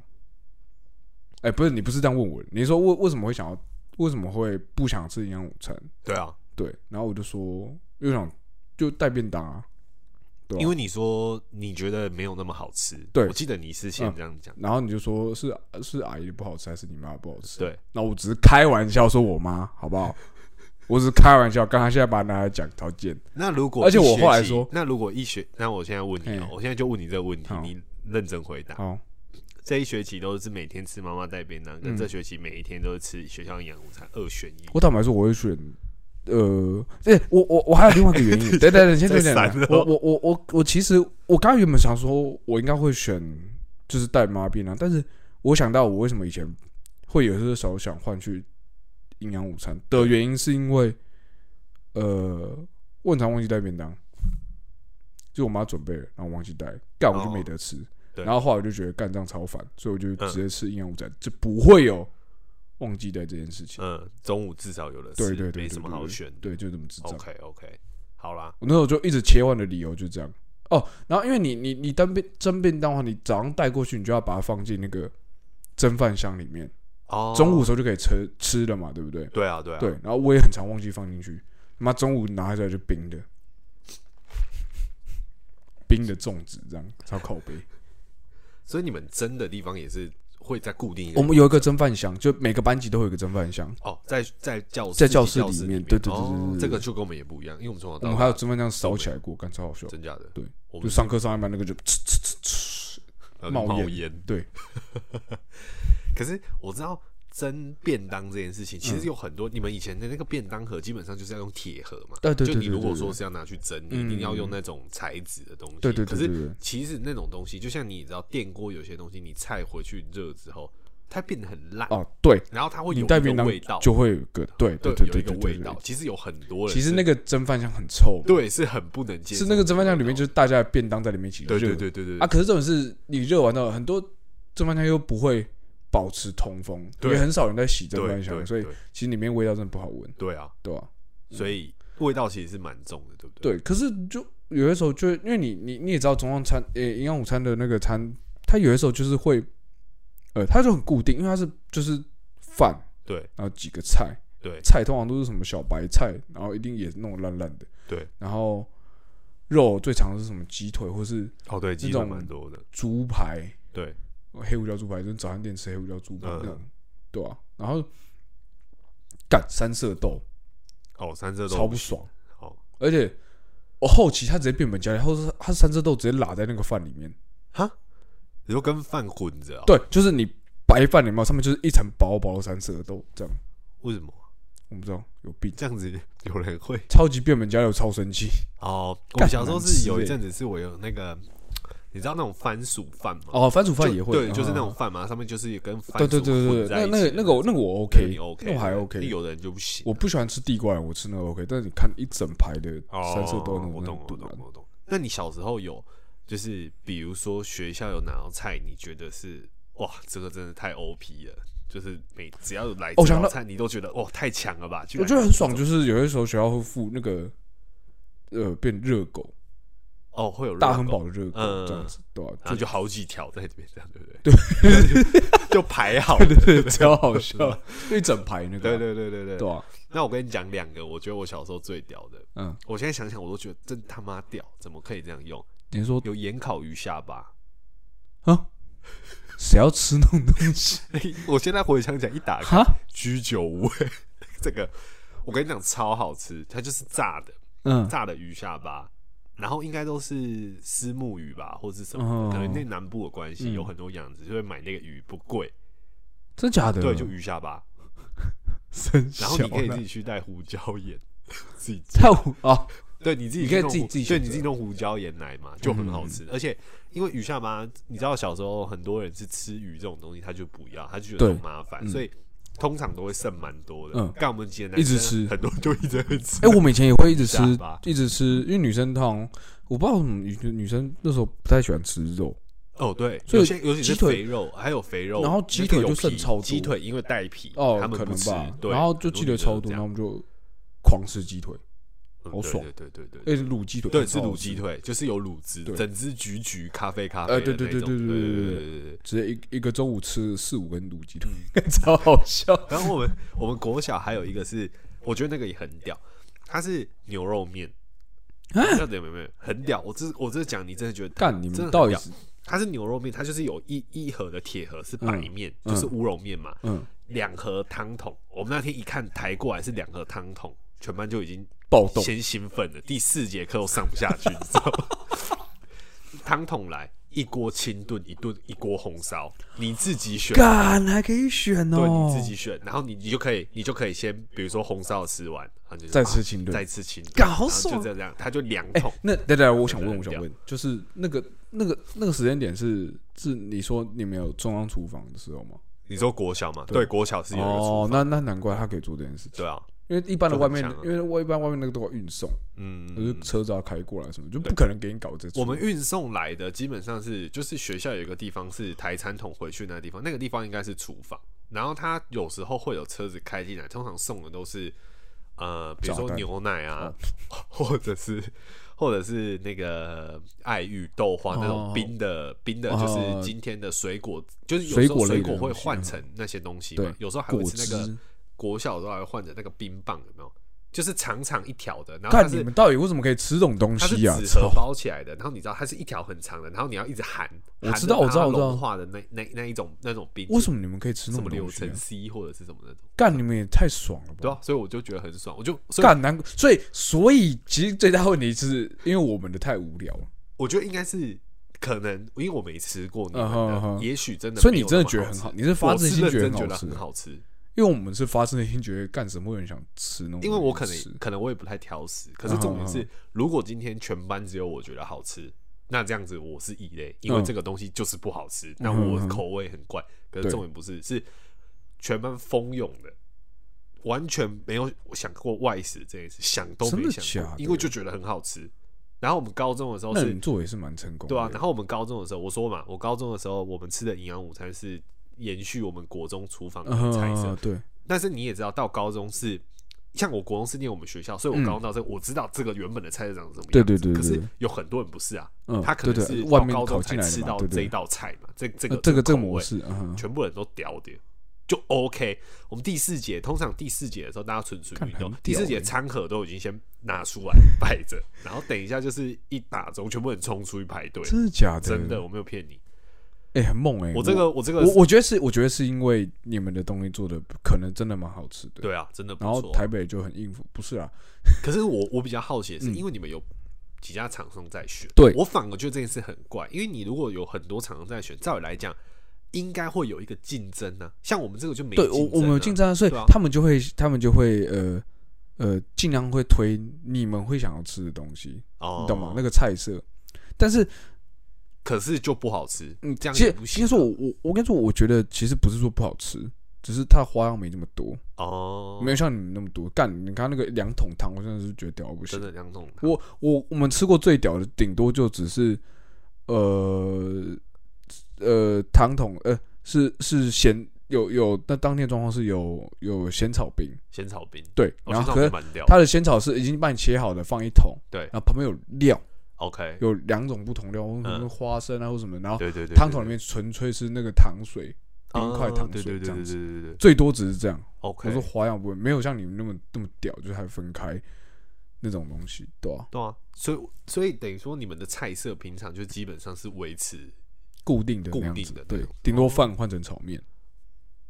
S1: 哎、不是你不是这样问我的，你说为为什么会想要为什么会不想吃营养午餐？
S2: 对啊，
S1: 对，然后我就说又想就带便当啊，对啊
S2: 因为你说你觉得没有那么好吃，
S1: 对
S2: 我记得你是先
S1: 嗯
S2: 这样讲，
S1: 然后你就说是是阿姨的不好吃还是你妈的不好吃？
S2: 对。
S1: 那我只是开玩笑说我妈，好不好？我只是开玩笑，刚刚现在把它拿来讲条件，
S2: 那如果
S1: 而且
S2: 一
S1: 我
S2: 学
S1: 后来
S2: 期
S1: 说，
S2: 那如果一学，那我现在问你、哦，
S1: 嘿
S2: 我现在就问你这个问题
S1: 好，
S2: 你认真回答。
S1: 好，
S2: 这一学期都是每天吃妈妈带便当，跟
S1: 嗯
S2: 这学期每一天都是吃学校营养午餐，二选一。
S1: 我坦白说，我会选，呃，对我我我还有另外一个原 因，等等等，先等等
S2: 再闪哦
S1: 等我
S2: 了，
S1: 我我我我其实我刚刚原本想说，我应该会选就是带妈便当，但是我想到我为什么以前会有些时候想换去营养午餐的原因，是因为呃，我很常忘记带便当，就我妈准备了，然后忘记带，干我就没得吃。
S2: 哦对嗯
S1: 然后后来我就觉得干这样超烦，所以我就直接吃营养午餐，就不会有忘记带这件事情。
S2: 嗯，中午至少有的吃，
S1: 对对对，对
S2: 没什么
S1: 对
S2: 好
S1: 对
S2: 选的。
S1: 对，就这么智障。
S2: OK OK，好啦，
S1: 我那时候就一直切换的理由就这样。哦，然后因为你你你单便蒸便当的话，你早上带过去，你就要把它放进那个蒸饭箱里面，
S2: 哦，
S1: 中午的时候就可以吃吃了嘛，对不对？
S2: 对啊对啊，
S1: 对，然后我也很常忘记放进去，妈中午拿起来就冰的，冰的粽子这样 超口碑。
S2: 所以你们蒸的地方也是会在固定一个
S1: 我们有一个蒸饭箱，就每个班级都会有一个蒸饭箱，
S2: 哦，在在教室
S1: 在教室
S2: 室
S1: 里
S2: 里
S1: 面对对对对
S2: 哦
S1: 对对
S2: 这个就跟我们也不一样，因为我们从小
S1: 我
S2: 到
S1: 们
S2: 大
S1: 还有蒸饭箱烧起来过，干超好笑。
S2: 真假的
S1: 对，
S2: 我
S1: 就
S2: 们
S1: 上课上一班那个就嗤嗤嗤嗤，
S2: 呃
S1: 冒
S2: 冒
S1: 烟
S2: 烟。
S1: 对，
S2: 可是我知道蒸便当这件事情，其
S1: 嗯
S2: 实有很多、你们以前的那个便当盒，基本上就是要用铁盒嘛。
S1: 对对对
S2: 就你
S1: 对
S2: 如果
S1: 对
S2: 说
S1: 对
S2: 是要拿去蒸，你
S1: 嗯
S2: 一定要用那种材质的东西。
S1: 对对对对
S2: 可
S1: 对
S2: 是其实那种东西，就像你知道电锅有些东西，你菜回去热之后，它变得很烂，
S1: 哦对，
S2: 然后它会有
S1: 你
S2: 一
S1: 带
S2: 个
S1: 便当
S2: 味道，
S1: 就会有个对
S2: 对
S1: 对对
S2: 有
S1: 对
S2: 一个
S1: 对对
S2: 味
S1: 对
S2: 道。其实有很多人
S1: 其
S2: 是，
S1: 实那个蒸饭箱很臭，
S2: 对是很不能接
S1: 是
S2: 受的味道。
S1: 那个蒸饭箱里面就是大家的便当在里面一起热
S2: 对对对对对
S1: 啊。可是这种是你热完的，很多蒸饭箱又不会保持通风，
S2: 对
S1: 也很少人在洗蒸
S2: 对
S1: 饭
S2: 对
S1: 箱，
S2: 对
S1: 所以嗯
S2: 对
S1: 其实里面味道真的不好闻，
S2: 对啊，
S1: 对吧、
S2: 所以味道其实是蛮重的，对不对？
S1: 对，可是就有的时候就会因为你你你也知道中央餐呃营养午餐的那个餐，它有的时候就是会，呃，它就很固定，因为它是就是饭，
S2: 对
S1: 然后几个菜，
S2: 对
S1: 菜通常都是什么小白菜，然后一定也是那种烂烂的，
S2: 对，
S1: 然后肉最常是什么鸡腿或是
S2: 哦对，鸡
S1: 那
S2: 肉
S1: 种
S2: 蛮多的，
S1: 猪排，
S2: 对
S1: 黑胡椒猪排，就是早餐店吃黑胡椒猪排
S2: 嗯
S1: 那种，对啊，然后干三色豆
S2: 哦，三色豆
S1: 超不爽，
S2: 哦，
S1: 而且我后期它直接变本加厉，后是它三色豆直接拉在那个饭里面。
S2: 你说跟饭混着、哦，，
S1: 对，就是你白饭里面上面就是一层薄薄的三色豆，这样
S2: 为什么
S1: 我不知道有病，
S2: 这样子有人会？
S1: 超级变本加厉，我超生气。
S2: 哦，我
S1: 干
S2: 小时候
S1: 很难吃
S2: 是有一
S1: 欸
S2: 阵子是我有那个，你知道那种番薯饭吗？
S1: 哦，番薯
S2: 就，
S1: 饭也会，
S2: 对，就是
S1: 嗯
S2: 那种。饭嘛，上面就是跟番
S1: 对
S2: 薯
S1: 对对对
S2: 混
S1: 对，那
S2: 在一
S1: 那个
S2: 起的
S1: 那个我那个我 OK，
S2: 你 OK，
S1: 那我还
S2: 对
S1: OK
S2: 那。有的人就不行啊，
S1: 我不喜欢吃地瓜，我吃那个 OK，但是你看一整排的
S2: 哦，
S1: 三色豆，
S2: 我
S1: 那种很
S2: 懂我
S1: 堵
S2: 懂
S1: 然
S2: 我懂。那你小时候有就是比如说学校有哪道菜，你觉得是哇，这个真的太 O P 了，就是每只要有来
S1: 哦
S2: 这
S1: 想
S2: 道
S1: 到
S2: 菜，你都觉得哇太强了吧？居
S1: 我
S2: 然
S1: 觉得很爽，就是有些时候学校会附那个呃变热狗，
S2: 哦会有热
S1: 大汉
S2: 狗
S1: 堡的热狗
S2: 嗯
S1: 这样子，对吧？啊
S2: 然后
S1: 就
S2: 就好几条在这边，这样对不对？对， 就排好了。
S1: 对，超好笑，就一整排那个，
S2: 对对对对对
S1: 对啊，
S2: 那我跟你讲两个，我觉得我小时候最屌的，
S1: 嗯，
S2: 我现在想想我都觉得真他妈屌，怎么可以这样用？
S1: 你说
S2: 有盐烤鱼下巴，
S1: 啊，谁要吃那种东西？
S2: 我现在回想起来一打开，
S1: 哈，
S2: 居酒屋， 这个我跟你讲超好吃，它就是炸的
S1: 嗯，
S2: 炸的鱼下巴，然后应该都是丝木鱼吧，或是什么的，
S1: 哦
S2: 可能那南部的关系、
S1: 嗯
S2: 有很多养殖，就会买那个鱼不贵，
S1: 真假的？
S2: 对，就鱼下巴，
S1: 生
S2: 然后你可以自己去带胡椒 盐，自己
S1: 跳舞啊，
S2: 对你自己
S1: 你可以
S2: 去弄
S1: 自己
S2: 胡
S1: 自己
S2: 对
S1: 选择嗯
S2: 你自己弄胡椒盐奶嘛，就很好吃，而且因为鱼下巴，你知道小时候很多人是吃鱼这种东西，他就不要，他就觉得
S1: 对
S2: 很麻烦，所以。通常都会剩蛮多的，
S1: 嗯
S2: 干我们几个男
S1: 一直吃
S2: 生很多就一直会吃。
S1: 哎、我们以前也会一直吃
S2: 下巴，
S1: 一直吃，因为女生她好像我不知道为什么女女生那时候不太喜欢吃肉，
S2: 哦，对，
S1: 所以
S2: 有些尤其是
S1: 鸡腿
S2: 肥肉，还有肥肉，
S1: 然后鸡腿
S2: 那个有
S1: 就剩
S2: 皮
S1: 超多
S2: 鸡腿因为带皮，
S1: 哦
S2: 他，们
S1: 可
S2: 不
S1: 能
S2: 吃
S1: 吧，，
S2: 对，
S1: 然后就记得超多，
S2: 很
S1: 然后我
S2: 女
S1: 们就狂吃鸡腿，
S2: 生
S1: 好
S2: 这样
S1: 爽
S2: 嗯对对对对
S1: 而且卤鸡腿，
S2: 对，对是
S1: 超好
S2: 卤
S1: 吃
S2: 鸡，腿，就是有卤汁，
S1: 对
S2: 整只橘橘咖啡咖啡
S1: 呃
S2: 的那
S1: 对
S2: 种，
S1: 对对对
S2: 对
S1: 对
S2: 对
S1: 对对
S2: 对对。
S1: 直接一一个中午吃四五根卤鸡腿，
S2: 嗯
S1: 超好笑。
S2: 然后我们我们国小还有一个是，我觉得那个也很屌，它是牛肉面，那点没有没有很屌，我这我这讲你真的觉得
S1: 干，你
S2: 真
S1: 们
S2: 的很
S1: 到底
S2: 屌
S1: 是
S2: 它是牛肉面，它就是有一一盒的铁盒是白面，
S1: 嗯
S2: 就是乌龙面嘛，
S1: 嗯
S2: 两盒汤桶。我们那天一看抬过来是两盒汤桶，全班就已经
S1: 暴动？
S2: 先兴奋了。第四节课都上不下去，你知道吗？汤桶来一一锅清炖，一炖一锅红烧，你自己选。
S1: 干还可以选
S2: 对，
S1: 哦，
S2: 你自己选，然后你你就可以，你就可以先，比如说红烧吃完，然后就是
S1: 再
S2: 啊
S1: 吃清炖
S2: 再吃清炖，
S1: 干好
S2: 然后
S1: 爽
S2: 就这样，它就两
S1: 哎、
S2: 桶。
S1: 那等等，我想
S2: 就
S1: 问，
S2: 冷
S1: 我想
S2: 掉
S1: 问，就是那个那个那个时间点是是你说你们有中央厨房的时候吗？
S2: 你说国小嘛？对，国小是有一个厨
S1: 哦，那那难怪他可以做这件事情，
S2: 对啊，
S1: 因为一般的
S2: 就
S1: 外
S2: 很
S1: 面
S2: 强啊，
S1: 因为我一般外面那个都要运送，
S2: 嗯，
S1: 就是车子要开过来什么，就不可能给你搞这出。
S2: 我们运送来的基本上是，就是学校有一个地方是抬餐桶回去那个地方，那个地方应该是厨房。然后它有时候会有车子开进来，通常送的都是呃，比如
S1: 炸
S2: 说
S1: 弹哦
S2: 牛奶啊， 或者是或者是那个爱玉豆花那
S1: 哦
S2: 种冰的、冰的，
S1: 哦
S2: 就是今天的水果，就是有
S1: 水
S2: 时候
S1: 果类
S2: 水
S1: 的
S2: 果会
S1: 东西
S2: 换
S1: 嗯
S2: 成那些东西
S1: 对
S2: 嘛，有时候还会
S1: 果
S2: 吃那个
S1: 汁
S2: 国小的时候还会换成那个冰棒，有没有？就是长长一条的，然后它
S1: 看你
S2: 是
S1: 们到底为什么可以吃这种东
S2: 它是
S1: 西啊？
S2: 纸盒
S1: 操！
S2: 包起来的，然后你知道它是一条很长的，然后你要一直含，
S1: 我
S2: 含
S1: 知
S2: 着
S1: 道我知道
S2: 它
S1: 我知道
S2: 融化的那那那一种那种冰淇淋，
S1: 为什么你们可以吃那
S2: 什
S1: 么
S2: 么
S1: 多
S2: 柳
S1: 东西啊
S2: 橙？C 或者是什么那种，
S1: 干你们也太爽了吧！
S2: 对啊，所以我就觉得很爽，我就所以
S1: 干难，所以所以其实最大问题是因为我们的太无聊了，
S2: 我觉得应该是可能因为我没吃过你
S1: 嗯哼嗯
S2: 们
S1: 哼
S2: 的，也许真的，
S1: 所以你真的觉得很好，
S2: 好吃，
S1: 你是发自内心
S2: 我
S1: 觉
S2: 是
S1: 得
S2: 认真
S1: 很
S2: 觉
S1: 好
S2: 得
S1: 吃
S2: 很，好吃，
S1: 因为我们是发自内心觉得干什么有人想吃那种东西吃，
S2: 因为我可能可能我也不太挑食，可是重点
S1: 嗯
S2: 是，如果今天全班只有我觉得好吃，那这样子我是异类，因为
S1: 嗯
S2: 这个东西就是不好吃，那
S1: 嗯
S2: 我
S1: 嗯嗯
S2: 口味很怪。可是
S1: 对
S2: 重点不是，是全班蜂拥的，完全没有想过外食这件事，想都
S1: 真
S2: 没
S1: 的
S2: 想
S1: 假
S2: 过
S1: 的，
S2: 因为就觉得很好吃。然后我们高中的时候
S1: 那
S2: 是
S1: 你做也是蛮成功的，
S2: 对啊，然后我们高中的时候，我说嘛，我高中的时候我们吃的营养午餐是延续我们国中厨房的
S1: 嗯
S2: 菜色，
S1: 对，
S2: 但是你也知道，到高中是像我国中是念我们学校，所以我高中到这、我知道这个原本的菜是长什么
S1: 嗯
S2: 样子。
S1: 对对对对
S2: 可
S1: 对
S2: 是有很多人不是啊，
S1: 嗯
S2: 他可
S1: 对
S2: 能
S1: 对
S2: 是
S1: 外
S2: 到
S1: 面
S2: 高
S1: 考
S2: 中
S1: 进来
S2: 才
S1: 的
S2: 吃
S1: 嘛
S2: 到
S1: 对对
S2: 这一道菜嘛，这这
S1: 那
S2: 个
S1: 这个这
S2: 这
S1: 个
S2: 口
S1: 模
S2: 味
S1: 式，嗯哼，
S2: 全部人都屌的，就 OK。我们第四节通常第四节的时候，大家蠢蠢
S1: 干
S2: 欲动
S1: 很屌，
S2: 第四节
S1: 欸
S2: 餐盒都已经先拿出来摆着，然后等一下就是一打钟，全部人冲出去排队。
S1: 真的假的？
S2: 真的，，我没有骗你，
S1: 哎，很猛哎，
S2: 我这个我这个
S1: 我我觉得是，我觉得是因为你们的东西做的可能真的蛮好吃的，
S2: 对啊，真的不
S1: 然后
S2: 错。
S1: 台北就很应付，不是啊，
S2: 可是我我比较好奇的是，因为你们有几家厂商在选，
S1: 嗯对
S2: 我反而觉得这件事很怪，因为你如果有很多厂商在选，照理来讲应该会有一个竞争呢、像我们这个就没
S1: 对我我们有竞
S2: 竞争啊，
S1: 争啊，所以
S2: 对啊
S1: 他们就会他们就会呃呃尽量会推你们会想要吃的东西，
S2: 哦
S1: 你懂吗？那个菜色，但是
S2: 可是就不好吃，
S1: 嗯，
S2: 这样
S1: 其
S2: 也
S1: 实
S2: 不
S1: 应
S2: 行
S1: 该
S2: 啊
S1: 说我，我我跟你说，我觉得其实不是说不好吃，只是它花样没这么多，
S2: 哦，
S1: 没有像你们那么多。干，你看那个两桶汤，我真的是觉得屌到不行
S2: 真。的两种汤，
S1: 我我我们吃过最屌的，顶多就只是呃呃汤桶，呃是是咸有有，那当天状况是有有仙草冰，
S2: 仙草冰，
S1: 对，然
S2: 哦仙
S1: 后
S2: 草
S1: 可
S2: 冰
S1: 是
S2: 蛮掉的，
S1: 它的仙草是已经帮你切好的，放一桶，
S2: 对
S1: 然后旁边有料，
S2: ，OK，
S1: 有两种不同料，可能
S2: 嗯
S1: 花生啊或什么，然后
S2: 对对对，
S1: 汤桶里
S2: 对
S1: 面纯粹是那个糖水，
S2: 对
S1: 冰块
S2: 啊
S1: 糖
S2: 对
S1: 水
S2: 对
S1: 这
S2: 对
S1: 样
S2: 对
S1: 子
S2: 对对对
S1: 最多只是这样。
S2: ，OK，
S1: 我说花样不会，没有像你们那么那么屌，就是还分开那种东西，对吧、
S2: 对啊，所以所以等于说你们的菜色平常就基本上是维持
S1: 固定的那样
S2: 固
S1: 子
S2: 定的，那
S1: 对
S2: 种，
S1: 顶多饭换成炒面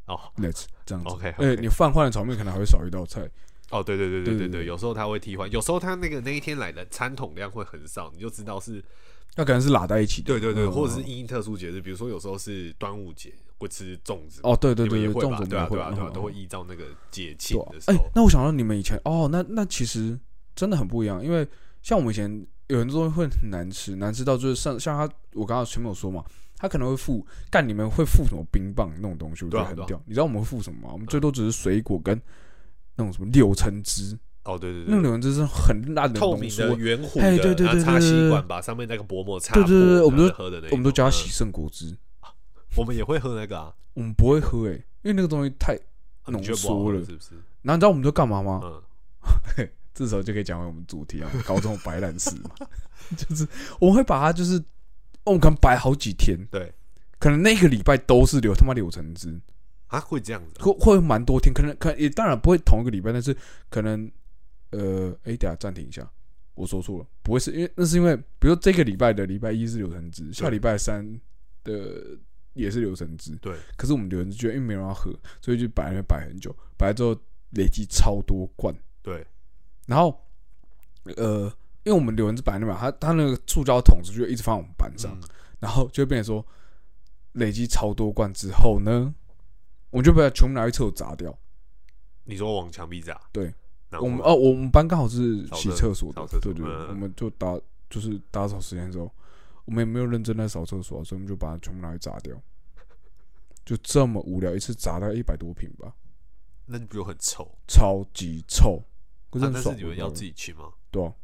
S2: 哦
S1: ，let's 这样子。
S2: ，OK，
S1: 哎，你饭换了炒面，可能还会少一道菜。
S2: 哦，对对对对
S1: 对
S2: 对
S1: 对
S2: 对，有时候他会替换，有时候他那个那一天来的餐桶量会很少，你就知道是
S1: 那可能是拉在一起的，
S2: 对对对，
S1: 嗯
S2: 或者是因应特殊节日，比如说有时候是端午节会吃粽子，
S1: 哦，对对
S2: 你们
S1: 对
S2: 也
S1: 对，
S2: 会
S1: 粽
S2: 吧？
S1: 子
S2: 对啊对啊对啊
S1: 啊，，
S2: 都会依照那个节庆
S1: 对啊
S2: 的时
S1: 哎
S2: 候，，
S1: 那我想到你们以前哦，那那其实真的很不一样，因为像我们以前有很多东西会很难吃，难吃到就是像像他，我刚刚前面有说嘛，他可能会附干你们会附什么冰棒那种东西，我觉
S2: 对啊
S1: 得很
S2: 对啊嗯
S1: 屌。你知道我们会附什么吗？我们最多只是水果跟那种什么柳橙汁，
S2: 哦对对
S1: 哎那种
S2: 对。
S1: 柳橙汁是很烂的
S2: 透
S1: 浓
S2: 明
S1: 缩
S2: 的，圆弧
S1: 哎对
S2: 的，
S1: 对
S2: 然后
S1: 对
S2: 插
S1: 对对
S2: 吸
S1: 对
S2: 管把上面那个薄膜擦
S1: 对
S2: 破，
S1: 对对对我们都
S2: 然后再喝的那一
S1: 我们都
S2: 种
S1: 叫它
S2: 嗯
S1: 洗肾果汁，
S2: 我们也会喝那个啊，
S1: 我们不会喝诶、因为那个东西太……
S2: 啊你觉得不
S1: 浓
S2: 好
S1: 缩
S2: 喝
S1: 了
S2: 是不是？
S1: 然后你知道我们都干嘛吗？
S2: 嗯，
S1: 这时候就可以讲回我们主题啊， 高中白烂事嘛， 就是我们会把它就是，我们可能摆好几天，
S2: 对
S1: 可能那个礼拜都是柳他妈柳橙汁，
S2: 啊，会这样子啊，
S1: 会会蛮多天，可能可能也当然不会同一个礼拜，但是可能呃，哎、等一下暂停一下，我说错了，不会是因为那是因为，比如说这个礼拜的礼拜一是柳橙汁，下礼拜三的也是柳橙汁，
S2: 对，
S1: 可是我们柳橙汁因为没人要喝，所以就摆在那边摆很久，摆了之后累积超多罐，
S2: 对，
S1: 然后呃，因为我们柳橙汁摆在那边嘛，它它那个塑胶桶子就一直放在我们班上，
S2: 嗯
S1: 然后就会变成说累积超多罐之后呢，我们就把全部拿去厕所砸掉。
S2: 你说往墙壁砸？
S1: 对，
S2: 然后
S1: 我们哦，我们班刚好是
S2: 扫
S1: 洗
S2: 厕
S1: 厕所
S2: 扫
S1: 的，
S2: 厕所
S1: 对对对
S2: 嗯嗯
S1: 我们就打就是打扫时间的时候，我们也没有认真在扫厕所啊、所以我们就把它全部拿去砸掉。就这么无聊，一次砸到一百多瓶吧，
S2: 那不就很臭？
S1: 超级臭，可是
S2: 啊
S1: 很
S2: 但是
S1: 爽
S2: 你们要自
S1: 己
S2: 己去吗？
S1: 对啊，哦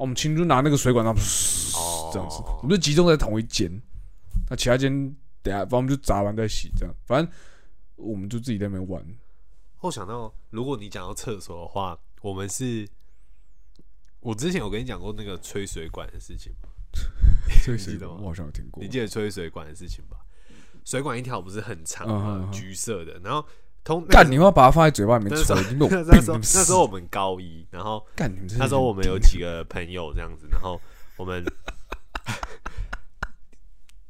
S1: 我们亲就拿那个水管，然后
S2: 哦
S1: 这样子，我们就集中在同一间，那其他间等下，反正我们就砸完再洗，这样，反正我们就自己在那边 玩，
S2: 我想到，如果你讲到厕所的话，我们是，我之前有跟你讲过那个吹水管的事情吗？
S1: 所以
S2: 记
S1: 谁
S2: 得吗
S1: 我好像有听过
S2: 你，记得吹水管的事情吧？水管一条不是很长
S1: 嗯嗯
S2: 吗？
S1: 嗯
S2: 橘色的，然后通那
S1: 干，
S2: 个
S1: 你要把它放在嘴巴里面
S2: 那时
S1: 抽
S2: 候，
S1: 你们有病，
S2: 那时
S1: 你
S2: 候
S1: 们
S2: 那时候我们高一，然 后
S1: 干你们真的
S2: 那时候我们有几个朋友这样子，然后 我们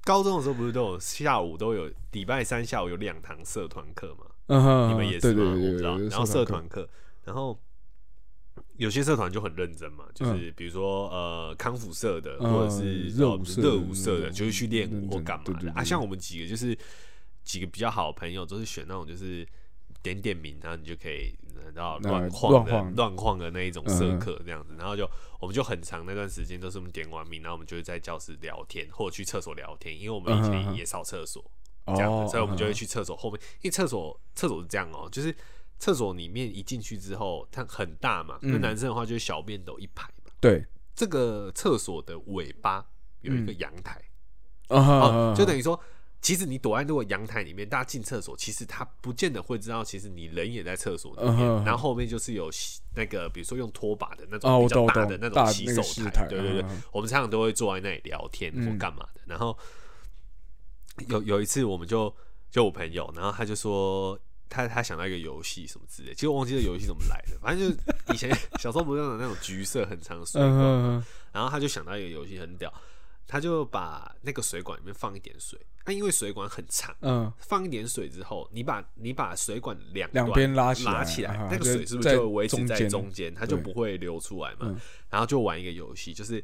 S2: 高中的时候不是都有下午都有礼拜三下午有两堂社团课嘛？
S1: 嗯哼，
S2: 你们也
S1: 对
S2: 是吗？
S1: 对
S2: 我
S1: 对
S2: 不知道
S1: 对，。
S2: 然后
S1: 社
S2: 社团课，然后有些社团就很认真嘛，就是比如说呃康复社的，
S1: 嗯
S2: 或者是
S1: 热舞
S2: 呃
S1: 社的
S2: 热舞社
S1: 那
S2: 的，
S1: 种
S2: 就是去练
S1: 认
S2: 舞或
S1: 真
S2: 干嘛
S1: 对对
S2: 的
S1: 对
S2: 啊。像我们几个就是几个比较好的朋友，都是选那种就是点点名，然后你就可以。然后
S1: 那
S2: 乱
S1: 啊乱
S2: 晃的
S1: 晃
S2: 乱晃的那一种
S1: 嗯
S2: 社
S1: 嗯
S2: 课这样子，然后就我们就很长那段时间都是我们点完名，然后我们就会在教室聊天或者去厕所聊天，因为我们以
S1: 嗯嗯嗯
S2: 前也扫厕所，
S1: 哦
S2: 这样子，所以我们就会
S1: 嗯
S2: 去厕所后面，因为厕所厕所是这样哦、就是厕所里面一进去之后，它很大嘛，那
S1: 嗯
S2: 男生的话就是小便斗一排嘛，
S1: 对，
S2: 这个厕所的尾巴有一个阳台，
S1: 啊
S2: 哦，就等于
S1: 嗯
S2: 说。其实你躲在那个阳台里面，大家进厕所，其实他不见得会知道，其实你人也在厕所里面。
S1: 嗯哼
S2: 然后后面就是有洗那个，比如说用拖把的那
S1: 啊
S2: 种
S1: 我
S2: 比较
S1: 懂
S2: 大
S1: 我懂
S2: 的那
S1: 大的
S2: 种洗
S1: 那个
S2: 手
S1: 洗
S2: 台
S1: 台，
S2: 对对对
S1: 嗯嗯，
S2: 我们常常都会坐在那里聊天或
S1: 嗯
S2: 干嘛的。然后有有一次，我们就就我朋友，然后他就说他他想到一个游戏什么之类，其实我忘记这游戏怎么来的，反正就是以前 小时候不是有那种橘色很长的水管嘛，
S1: 嗯嗯
S2: 然后他就想到一个游戏很屌，他就把那个水管里面放一点水，那、因为水管很长。
S1: 嗯，
S2: 放一点水之后，你把你把水管两
S1: 两
S2: 端
S1: 边拉
S2: 拉
S1: 起来啊
S2: 那个
S1: 就
S2: 水是不是
S1: 在
S2: 就维持
S1: 中
S2: 在
S1: 间
S2: 中间，它就
S1: 对
S2: 不会流出来嘛？
S1: 嗯
S2: 然后就玩一个游戏，就是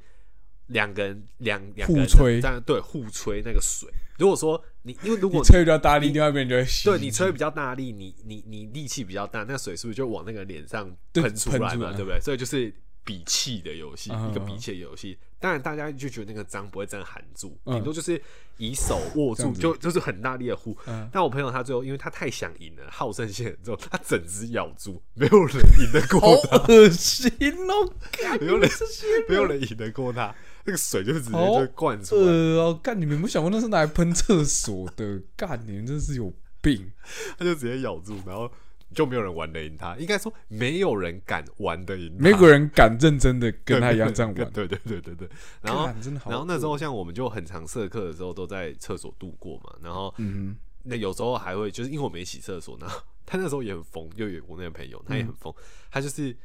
S2: 两个人两两个人
S1: 互吹
S2: 这样对互吹那个水。如果说你因为如
S1: 你
S2: 果
S1: 吹比较大力，另外一边就会洗，
S2: 哦对你吹比较大力，你你你力气比较大，那水是不是就往那个脸上
S1: 对
S2: 喷出来
S1: 喷出
S2: 嘛？
S1: 来
S2: 对不对？所以就是比气的游戏，
S1: 嗯
S2: 一个比气的游戏。当然，大家就觉得那个脏不会这样含住，
S1: 嗯
S2: 顶多就是以手握
S1: 这
S2: 住，
S1: 样子
S2: 就就是很大力的呼
S1: 嗯。
S2: 但我朋友他最后，因为他太想赢了，好胜心很重，他整只咬住，没有人赢得
S1: 好
S2: 过他，
S1: 恶心哦，干
S2: 没有人
S1: 这些
S2: 没 有人赢得过他。那个水就直接
S1: 好
S2: 就灌出来，
S1: 呃哦，干你们有没有想过那是拿来喷厕所的？ 干你们真是有病！
S2: 他就直接咬住，然后就没有人玩得赢他。应该说，没有人敢玩得赢他。
S1: 没有人敢认真的跟他一样这样玩，
S2: 对对对对对。 然后
S1: 干真的好恶
S2: 然后那时候像我们就很常社课的时候都在厕所度过嘛，然后
S1: 嗯
S2: 那有时候还会就是因为我没洗厕所，然后 他那时候也很疯，就有我那个朋友他也很疯，
S1: 嗯
S2: 他就是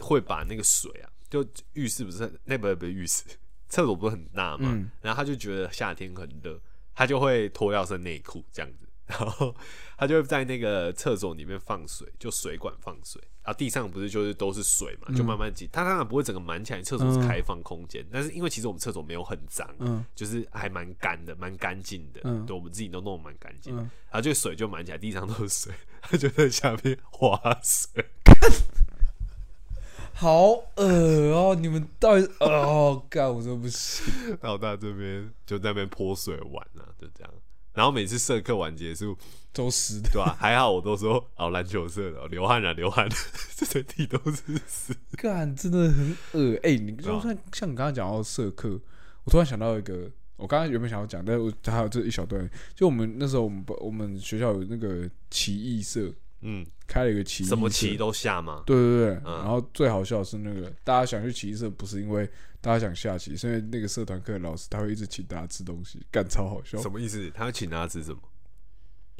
S2: 会把那个水啊，就浴室不是很那不不是浴室，厕所不是很大嘛，
S1: 嗯
S2: 然后他就觉得夏天很热，他就会脱掉身内裤这样子。然后 他就会在那个厕所里面放水，就水管放水，然后地上不是就是都是水嘛，就慢慢挤。他当然不会整个满起来，厕所是
S1: 嗯
S2: 开放空间，但是因为其实我们厕所没有很脏，
S1: 嗯
S2: 就是还蛮干的，蛮干净的。
S1: 嗯
S2: 对，我们自己都弄得蛮干净的。
S1: 嗯
S2: 然后就水就满起来，地上都是水， 他就在下面划水。
S1: 好恶哦！你们到底哦，干我真不行。
S2: 然后他这边就在那边泼水玩啊，就这样。然后每次社课完结束，
S1: 都湿的，
S2: 对吧、 还好我都说哦，篮球社的流汗了、啊流汗了， 这整体都是湿。
S1: 干真的很恶。哎、你就
S2: 啊
S1: 算像你刚刚讲到社课，我突然想到一个，我刚刚原本想要讲，但是我还有这一小段，就我们那时候我们班我们学校有那个棋艺社，
S2: 嗯，
S1: 开了一个棋艺社，
S2: 什么棋都下吗？
S1: 对对对，
S2: 嗯
S1: 然后最好笑的是那个大家想去棋社，不是因为大家想下棋，是因为那个社团课的老师他会一直请大家吃东西，干超好笑，
S2: 什么意思？他要请大家吃什么？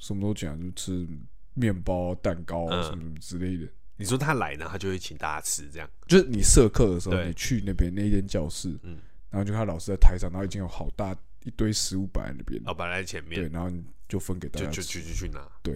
S1: 什么都讲，就吃面包、蛋糕啊、
S2: 嗯
S1: 什么什么之类的。
S2: 你说他来呢，他就会请大家吃这样。
S1: 就是你社课的时候，
S2: 对
S1: 你去那边那一间教室，
S2: 嗯
S1: 然后就看老师在台上，然后已经有好大一堆食物摆在那边，
S2: 哦，摆在前
S1: 对，
S2: 面，
S1: 然后你就分给大
S2: 就
S1: 家
S2: 就
S1: 吃。
S2: 去去去拿。
S1: 对，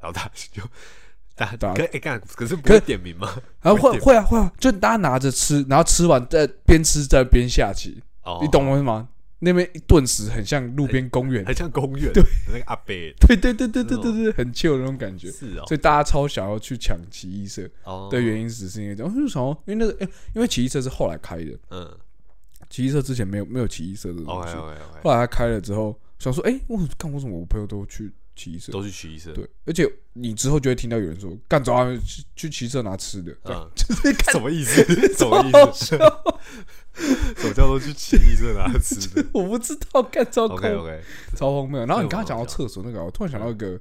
S2: 然后大家就 大
S1: 大家
S2: 家可哎干，可是不
S1: 可
S2: 会
S1: 是
S2: 点名吗？
S1: 啊，会
S2: 点
S1: 会啊会啊，就大家拿着吃，然后吃完再边吃再边下棋，
S2: 哦，哎
S1: 你懂我意思吗？那边顿时很像路边公园，
S2: 很像公园，对那个阿伯，
S1: 对对对对对对对，很 chill 的那种感觉。
S2: 是哦
S1: 所以大家超想要去抢奇异社
S2: 哦，
S1: 的原因，只是因为这样，为什么？因为那个，哎因为奇异社是后来开的，
S2: 嗯哦
S1: 奇异社之前没有没有奇异社这个东
S2: ，OK
S1: 西。
S2: OK OK，
S1: 后来他开了之后，想说，哎，我干为什么我朋友都去奇异社？
S2: 都去取医生，
S1: 对，而且你之后就会听到有人说，干走啊，去去奇异社拿吃的，这样
S2: 嗯，什么意思？什么意思？什么叫做去奇异社拿吃的
S1: 我不知道干糟糕
S2: ？OK OK，
S1: 超荒谬。然后你
S2: 这
S1: 刚刚
S2: 个我
S1: 讲
S2: 哎好
S1: 到
S2: 笑嗯
S1: 厕所那个啊，我突然想到一个，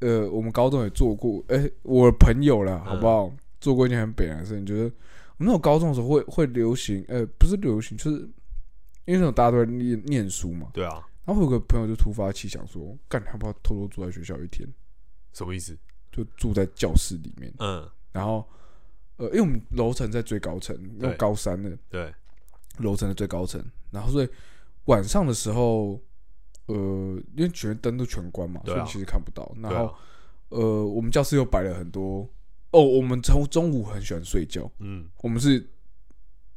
S1: 呃，我们高中也做过，哎、我朋友啦，好不好？
S2: 嗯
S1: 做过一件很北然的事情，就是我们那种高中的时候会会流行，呃，不是流行，就是因为那种大家都在念念书嘛。
S2: 对啊，
S1: 然后我有个朋友就突发奇想说，干，要不要偷偷住在学校一天？
S2: 什么意思？
S1: 就住在教室里面，
S2: 嗯，
S1: 然后，呃，因为我们楼层在最高层，那种
S2: 对
S1: 高三的，
S2: 对，
S1: 楼层的最高层，然后所以晚上的时候，呃，因为全灯都全关嘛，
S2: 对
S1: 所
S2: 啊
S1: 以你其实看不到。然
S2: 对
S1: 后、
S2: 啊，
S1: 呃，我们教室又摆了很多哦，我们从中午很喜欢睡觉，
S2: 嗯，
S1: 我们是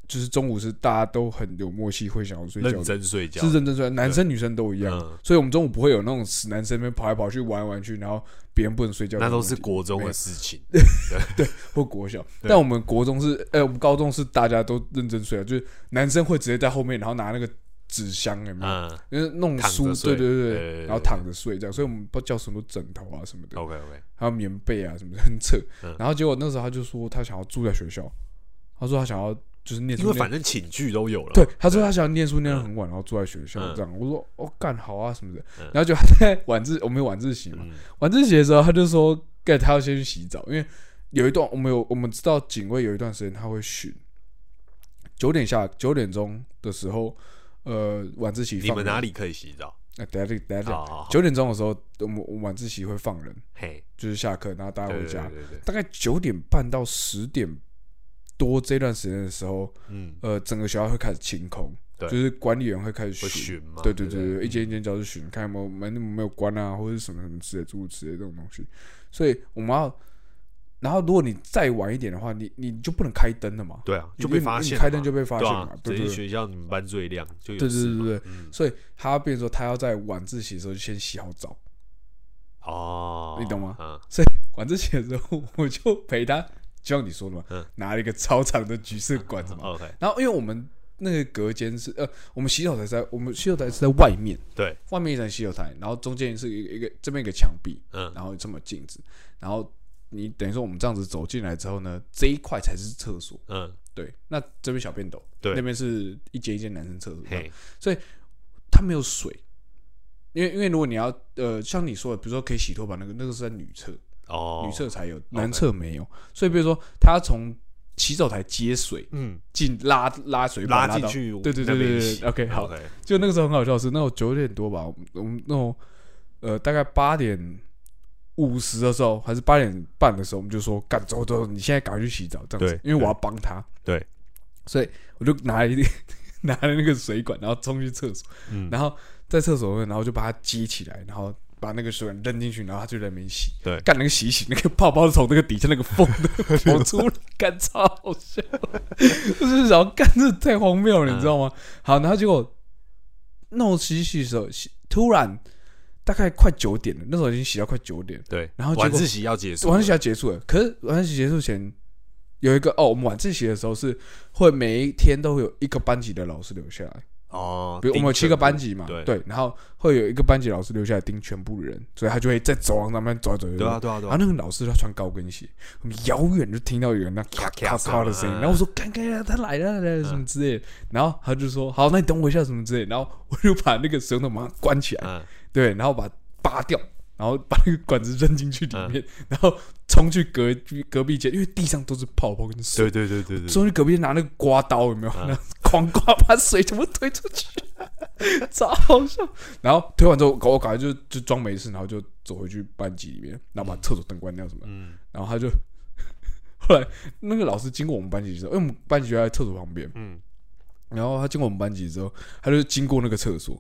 S1: 就是中午是大家都很有默契，会想要睡觉
S2: 认
S1: 的，
S2: 真睡觉，
S1: 是认真睡，男生女生都一样。
S2: 嗯，
S1: 所以，我们中午不会有那种死男生在那边跑来跑去、玩来玩去，然后别人不能睡觉的
S2: 那
S1: 问题。
S2: 都是国中
S1: 没
S2: 的
S1: 有
S2: 事情，
S1: 或国小，
S2: 对
S1: 但我们国中是，哎、我们高中是大家都认真睡啊，就是男生会直接在后面，然后拿那个纸箱，有没有？
S2: 嗯
S1: 就是弄
S2: 躺
S1: 书
S2: 着，
S1: 对对
S2: 睡对对
S1: 对，
S2: 对
S1: 然后躺着睡这样，所以我们不知道叫什么枕头啊什么的，
S2: ，OK OK，
S1: 还有棉被啊什么的，很扯
S2: 嗯。
S1: 然后结果那时候他就说他想要住在学校，他说他想要就是念
S2: 因
S1: 书
S2: 为
S1: 念，
S2: 反正寝具都有了，
S1: 对，他说他想要念书念到
S2: 嗯
S1: 很晚，然后住在学校
S2: 嗯
S1: 这样。我说哦干好啊什么的
S2: 嗯，
S1: 然后就他在晚自我们有晚自习嘛，
S2: 嗯，
S1: 晚自习的时候，他就说，盖他要先去洗澡，因为有一段我们有我们知道警卫有一段时间他会巡，九点下九点钟的时候，呃，晚自习
S2: 你
S1: 放
S2: 们
S1: 人
S2: 哪？里可以洗澡？
S1: 啊，等一下等一下等一下，
S2: 好好好，
S1: 九点钟的时候，我们我们晚自习会放人，
S2: 嘿，
S1: 就是下课，然后大家
S2: 对
S1: 回
S2: 对
S1: 家。
S2: 对对对，
S1: 大概九点半到十点多这段时间的时候，
S2: 嗯，
S1: 呃，整个学校会开始清空，
S2: 对
S1: 就是管理员会开始
S2: 会
S1: 巡。
S2: 巡嘛，
S1: 对对
S2: 对嗯
S1: 对
S2: 不
S1: 对，一间一间教室巡，看有没有门有没有关啊，或者是什么什么之类、诸如此类这种东西。所以我们要，然后如果你再晚一点的话，你你就不能开灯了嘛，
S2: 对啊，
S1: 你
S2: 就被发
S1: 你
S2: 现了嘛，
S1: 开灯就被发现
S2: 对
S1: 了
S2: 啊
S1: 嘛，，
S2: 这
S1: 对
S2: 些
S1: 对对
S2: 学校你们班最亮，就有
S1: 对
S2: 事
S1: 对
S2: 嘛
S1: 对对，
S2: 嗯，
S1: 所以他变成说他要在晚自习的时候就先洗好澡，
S2: 哦，
S1: 你懂吗
S2: 嗯，
S1: 晚自习的时候我就陪他，就像你说的嘛，
S2: 嗯
S1: 拿了一个超长的橘色管子嘛，
S2: OK，
S1: 然后因为我们那个隔间是呃，我们洗手台是在我们洗手台是在外面，
S2: 对，
S1: 外面一层洗手台，然后中间是一个一个这边一个墙壁，
S2: 嗯，
S1: 然后这么镜子，然后你等于说我们这样子走进来之后呢，这一块才是厕所，
S2: 嗯，
S1: 对，那这边小便斗，
S2: 对
S1: 那边是一间一间男生厕所，
S2: 嘿，
S1: 它没有水，因为因为如果你要呃像你说的，比如说可以洗拖把那个那个是在女厕，
S2: 哦，
S1: 女厕才有，男厕没有，所以比如说他从洗手台接水
S2: 嗯，
S1: 进拉拉水
S2: 拉
S1: 管
S2: 进
S1: 到
S2: 去那边洗，
S1: 对对对对对对，OK，好
S2: ，OK，
S1: 就那个时候很好笑的是，那种九点多吧，我们我们那种呃大概八点五十的时候，还是八点半的时候，我们就说干走走，你现在赶快去洗澡这样子
S2: 对，
S1: 因为我要帮他，
S2: 对，
S1: 所以我就拿了一 拿了那个水管，然后冲去厕所，
S2: 嗯
S1: 然后在厕所然后就把它接起来，然后。把那个水管扔进去，然后他就在那边洗。
S2: 对
S1: 干那个洗一洗，那个泡泡是从那个底下那个缝 跑出来，干超好笑。就是想要干这太荒谬了，
S2: 嗯
S1: 你知道吗？好，然后结果弄洗洗的时候，洗突然大概快九点了，那时候已经洗到快九点，
S2: 对，
S1: 然后结
S2: 晚
S1: 果
S2: 自习要结束了，
S1: 晚自习要结束了。可是晚自习结束前有一个哦，我们晚自习的时候是会每一天都会有一个班级的老师留下来，
S2: 哦，
S1: 比如我们有七个班级嘛，
S2: 对
S1: 对，然后会有一个班级老师留下来盯全部人，所以他就会在走廊上面走走走
S2: 对啊
S1: 走。
S2: 对啊
S1: 然
S2: 对啊
S1: 后，那个老师他穿高跟鞋，我们遥远就听到有人那咔咔咔的声音，然后我说：“
S2: 嗯
S1: 看看他来了，他来了什么之类的。”然后他就说：“好，那你等我一下什么之类的。”然后我就把那个水龙头马上关起来，
S2: 嗯，
S1: 对，然后把它拔掉，然后把那个管子扔进去
S2: 嗯
S1: 里面，然后冲去隔隔壁间，因为地上都是泡泡跟水，
S2: 对对对对对，
S1: 冲去隔壁间拿那个刮刀有没有？
S2: 嗯
S1: 然后狂刮把水全部推出去， 超好笑。然后推完之后，我赶快就就装没事，然后就走回去班级里面，然后把厕所灯关掉什么的。
S2: 嗯
S1: 然后他就 后来那个老师经过我们班级之后，因为我们班级就在厕所旁边，
S2: 嗯，
S1: 然后他经过我们班级之后，他就经过那个厕所，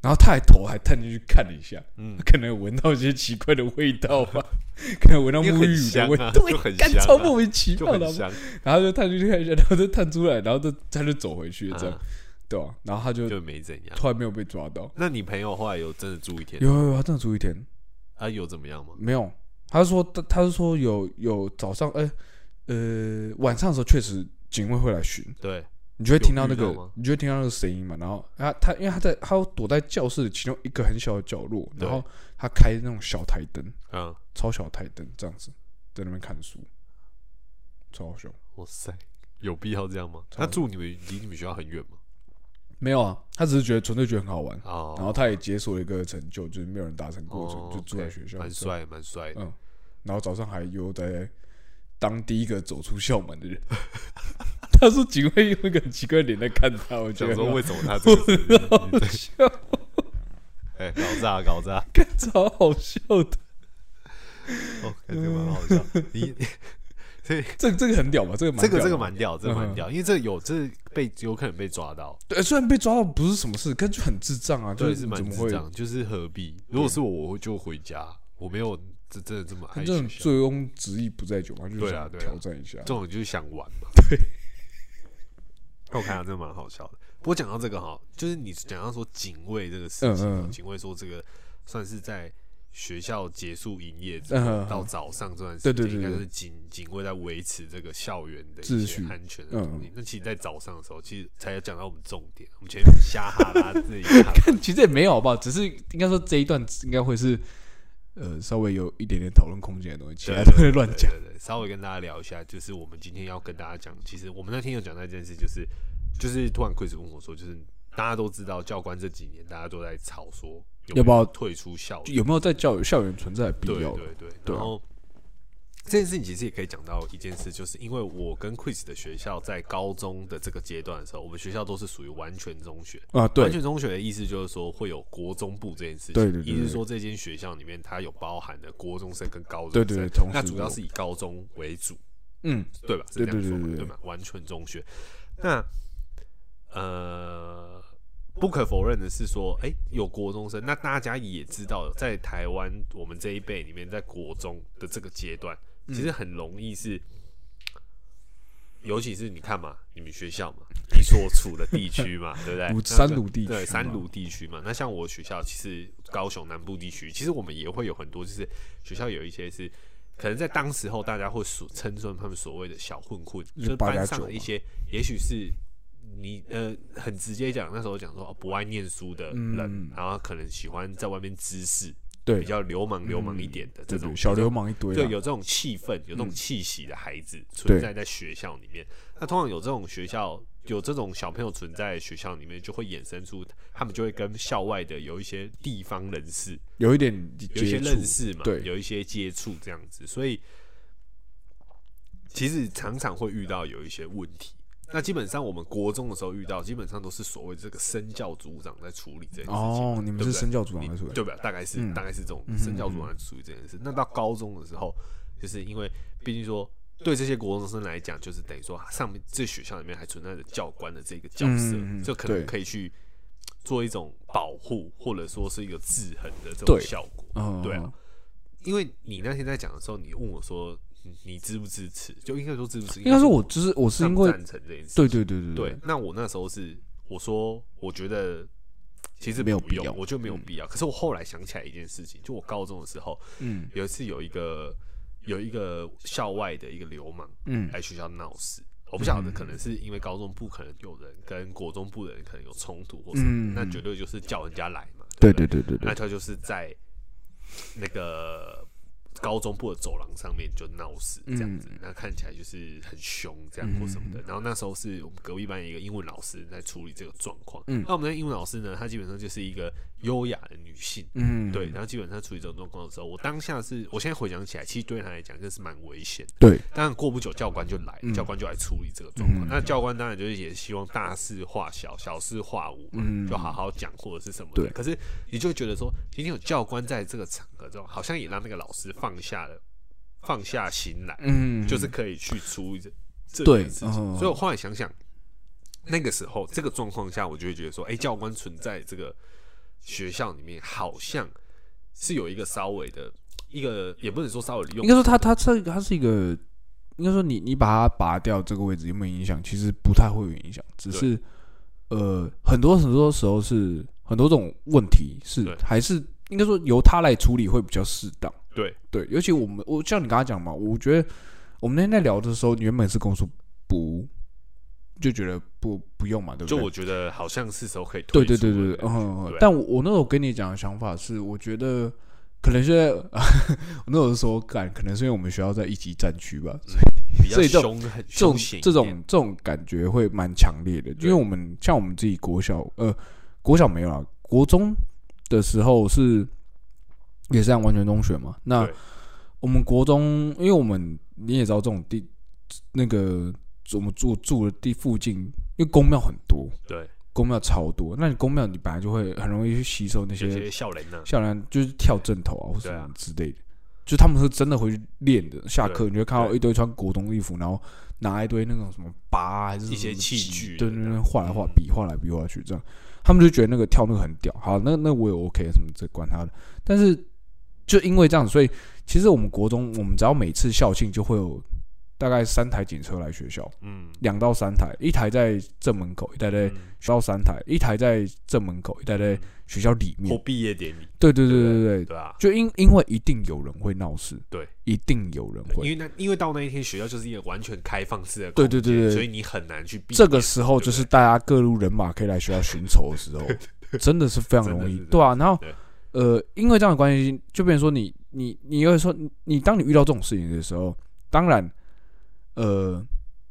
S1: 然后他还头还探进去看了一下，
S2: 嗯
S1: 可能有闻到一些奇怪的味道吧， 可能闻到沐
S2: 因为很
S1: 浴乳的
S2: 香
S1: 味
S2: 啊，
S1: 道，
S2: 就很
S1: 干
S2: 香啊
S1: 超莫名其
S2: 就
S1: 妙的
S2: 很
S1: 好不好，
S2: 香，啊
S1: 然后就探进去看一下，然后就探出来，然后就他就走回去了这样
S2: 嗯，
S1: 对吧、然后他就
S2: 就没怎样。
S1: 突然没有被抓到，
S2: 那你朋友后来有真的住一天
S1: 有有有，他真的住一天，
S2: 啊？有怎么样吗？
S1: 没有，他说他他是说有有早上，哎、呃晚上的时候确实警卫会来巡，
S2: 对，
S1: 你就会听到那
S2: 有
S1: 个
S2: 遇到吗，
S1: 你就会听到那个声音嘛。然后他他因为他在他躲在教室的其中一个很小的角落，
S2: 对
S1: 然后他开那种小台灯，
S2: 嗯，
S1: 超小台灯这样子，在那边看书，超好笑。
S2: 哇塞，有必要这样吗？
S1: 超
S2: 他住你们离你们学校很远吗？
S1: 没有啊，他只是觉得纯粹觉得很好玩，
S2: 哦，
S1: 然后他也解锁了一个成就，就是没有人达成过程，
S2: 哦
S1: 就住在
S2: OK，
S1: 学校，
S2: 蛮帅蛮帅的
S1: 嗯。然后早上还悠悠呆呆当第一个走出校门的人。他说警卫用一个很奇怪的脸在看他，我觉
S2: 想
S1: 得
S2: 说
S1: 很
S2: 为什么他 这个是你
S1: 好
S2: 在
S1: 笑，
S2: 哎搞炸搞炸，
S1: 超好笑的。
S2: 哦，感觉蛮好 笑。你所以
S1: 这这个很屌吧？这个蛮
S2: 这
S1: 屌
S2: 个这
S1: 的
S2: 个蛮屌，这个蛮
S1: 嗯
S2: 屌，因为这个有这被有可能被抓到，
S1: 对，虽然被抓到不是什么事，但就很智障啊，就
S2: 对，
S1: 是
S2: 是
S1: 你
S2: 蛮
S1: 怎么
S2: 智
S1: 会，
S2: 障，就是何必？如果是我，我会就回家，我没有真真的这么
S1: 他
S2: 爱
S1: 这种
S2: 学校，
S1: 醉翁之意不在酒嘛，就是
S2: 对啊
S1: 想
S2: 对啊
S1: 挑战一下
S2: 这。种就是想玩嘛。对，我看到真的蛮好笑的。不过讲到这个哈，就是你讲到说警卫这个事情
S1: 嗯
S2: 哦，
S1: 嗯
S2: 警卫说这个算是在。学校结束营业之
S1: 嗯
S2: 后
S1: 嗯嗯
S2: 到早上这段时
S1: 对
S2: 间，
S1: 对对
S2: 应该
S1: 对
S2: 是警警卫在维持这个校园的
S1: 秩
S2: 一些
S1: 序
S2: 安全
S1: 嗯
S2: 的统领。那其实，在早上的时候，其实才讲到我们重点，我们前面瞎哈拉这一哈拉
S1: 其实也没有吧，只是应该说这一段应该会是呃稍微有一点点讨论空间的东西，其他都会乱讲。
S2: 对对对，稍微跟大家聊一下，就是我们今天要跟大家讲，其实我们那天有讲到一件事，就是就是突然 Chris 问我说，就是大家都知道教官这几年大家都在吵说有没
S1: 要不要
S2: 退出校
S1: 有没有在教育校园存在的必
S2: 对
S1: 要？
S2: 对对，
S1: 对啊
S2: 然后。这件事情其实也可以讲到一件事，就是因为我跟 Chris 的学校在高中的这个阶段的时候，我们学校都是属于完全中学。
S1: 啊，
S2: 完
S1: 对
S2: 全中学的意思就是说会有国中部这件事情，
S1: 对对对对
S2: 意思是说这间学校里面它有包含的国中生跟高中
S1: 对
S2: 生，
S1: 对对同时
S2: 那主要
S1: 有
S2: 是以高中为主，
S1: 嗯，
S2: 对吧？是这样说嘛
S1: 对对对对
S2: 对吧？完全中学。那呃，不可否认的是说，哎、有国中生，那大家也知道，在台湾我们这一辈里面，在国中的这个阶段，
S1: 嗯
S2: 其实很容易是。尤其是你看嘛，你们学校嘛，你所处的地 区嘛，对不对？
S1: 不
S2: 那个
S1: 三鲁地区嘛
S2: 对三鲁地区嘛。那像我学校，其实高雄南部地区，其实我们也会有很多，就是学校有一些是可能在当时候大家会所称作他们所谓的小混混，
S1: 就
S2: 就是是
S1: 八加
S2: 班
S1: 九
S2: 上的一
S1: 嘛
S2: 些，也许是你呃很直接讲，那时候讲说、哦不爱念书的人，然后可能喜欢在外面滋事，
S1: 嗯对嗯
S2: 比较流氓流氓一点的这
S1: 对
S2: 种、
S1: 对，小流氓一嗯堆啊
S2: 对，
S1: 啦，
S2: 有这种气氛，有这种气息的孩子存在在学校里面。那通常有这种学校，有这种小朋友存在学校里面，就会衍生出他们就会跟校外的有一些地方人士
S1: 有一点
S2: 有一
S1: 接
S2: 些认
S1: 触，
S2: 识嘛，
S1: 对
S2: 有一些接触这样子，所以其实常常会遇到有一些问题。那基本上我们国中的时候遇到，基本上都是所谓这个身教组长在处理这件事情。
S1: 哦你们是哦
S2: 对不对
S1: 身教组嗯长
S2: 你
S1: 在处理
S2: 对吧？大概是、大概是这种身
S1: 嗯
S2: 教组长在处理这件事。那到高中的时候，就是因为毕竟说。对这些国中生来讲，就是等于说上面这学校里面还存在着教官的这个角色，
S1: 嗯嗯嗯
S2: 就可能
S1: 对
S2: 可以去做一种保护，或者说是一个制衡的这种
S1: 对
S2: 效果。
S1: 嗯，
S2: 对啊，因为你那天在讲的时候，你问我说你你支不支持，就应该说支不支持，
S1: 应该说我就是我是
S2: 赞
S1: 因
S2: 不
S1: 为
S2: 赞成这件事。
S1: 对对对对
S2: 对，那我那时候是我说我觉得其实
S1: 没有
S2: 不
S1: 必
S2: 用
S1: 要
S2: 我就没有必要。可是我后来想起来一件事情，就我高中的时候，
S1: 嗯
S2: 有一次有一个有一个校外的一个流氓
S1: 嗯
S2: 来学校闹事。我不晓得，可能是因为高中部可能有人跟国中部的人可能有冲突或什么
S1: 嗯，
S2: 那绝对就是叫人家来嘛。对
S1: 对
S2: 不对
S1: 对对对对，
S2: 那他就是在那个高中部的走廊上面就闹事
S1: 嗯
S2: 这样子，那看起来就是很凶这样或什么的。然后那时候是我们隔壁班有一个英文老师在处理这个状况，
S1: 嗯
S2: 那我们的英文老师呢，她基本上就是一个优雅的女性，
S1: 嗯
S2: 对，然后基本上处理这种状况的时候，我当下是我现在回想起来，其实对她来讲这是蛮危险的。
S1: 对
S2: 当然过不久教官就来，
S1: 嗯
S2: 教官就来处理这个状况。那教官当然就是也希望大事化小，小事化无嘛，就好好讲或者是什么的。
S1: 嗯对
S2: 可是你就会觉得说，今天有教官在这个场合中，好像也让那个老师放下了，放下心来，
S1: 嗯
S2: 就是可以去处理这这
S1: 对
S2: 件事情。
S1: 嗯
S2: 所以我后来想想，那个时候这个状况下，我就会觉得说，哎、教官存在这个学校里面，好像是有一个稍微的。一个也不能说稍微的用
S1: 应该说他他这个他是一个，应该说你你把它拔掉这个位置有没有影响？其实不太会有影响，只是呃，很多很多时候是很多这种问题是
S2: 对
S1: 还是应该说由他来处理会比较适当。
S2: 对
S1: 对，尤其我们我像你刚才讲嘛，我觉得我们那天在聊的时候，你原本是跟我说不，就觉得不不用嘛，对不
S2: 就
S1: 对？
S2: 我觉得好像是时候可以
S1: 对对
S2: 退出
S1: 对对，
S2: 了感觉
S1: 嗯，嗯
S2: 对啊
S1: 但我我那时候跟你讲的想法是，我觉得可能是 我那时候说，感可能是因为我们学校在一级战区吧，
S2: 比较
S1: 所以这
S2: 凶很
S1: 这种
S2: 凶险一
S1: 这种
S2: 点
S1: 这种感觉会蛮强烈的，因为我们像我们自己国小，呃，国小没有啦，国中的时候是也是按完全中学嘛。那
S2: 对
S1: 我们国中，因为我们你也知道这种地，那个我们住住的地附近，因为公庙很多，
S2: 对
S1: 公庙超多，那你公庙你本来就会很容易去吸收那
S2: 有些
S1: 些
S2: 笑人啊呢，
S1: 校园，就是跳正头啊或什
S2: 对啊
S1: 么之类的。就他们是真的回去练的，下
S2: 对
S1: 课你就会看到
S2: 对
S1: 一堆穿国中衣服，然后拿一堆那种什么拔啊还是
S2: 一些
S1: 什么
S2: 器
S1: 戟
S2: 具
S1: 对
S2: 的
S1: 对
S2: 这
S1: 对，
S2: 样
S1: 画来画
S2: 嗯
S1: 比，画来比，画来去这样，他们就觉得那个跳那个很屌。好，那那我也 OK，什么这管他的。但是就因为这样，所以其实我们国中，我们只要每次校庆就会有大概三台警车来学校，
S2: 嗯，
S1: 两到三台，一台在正门口，一台在
S2: 嗯，
S1: 学校三台，一台在正门口，一台在
S2: 嗯
S1: 学校里面
S2: 或。毕业典礼，
S1: 对对对
S2: 对
S1: 对对，
S2: 对啊，
S1: 就因因为一定有人会闹事，
S2: 对，
S1: 一定有人
S2: 因
S1: 会。
S2: 为那因为到那一天学校就是一个完全开放式的
S1: 对
S2: 空
S1: 对
S2: 间，
S1: 对对
S2: 所以你很难去避
S1: 这个
S2: 免
S1: 时候就是大家各路人马可以来学校寻仇的时候， 真的是非常容
S2: 真
S1: 易
S2: 的是，
S1: 对啊。然后
S2: 对
S1: 呃，因为这样的关系，就变成说你你你会说你你当你遇到这种事情的时候，当然呃，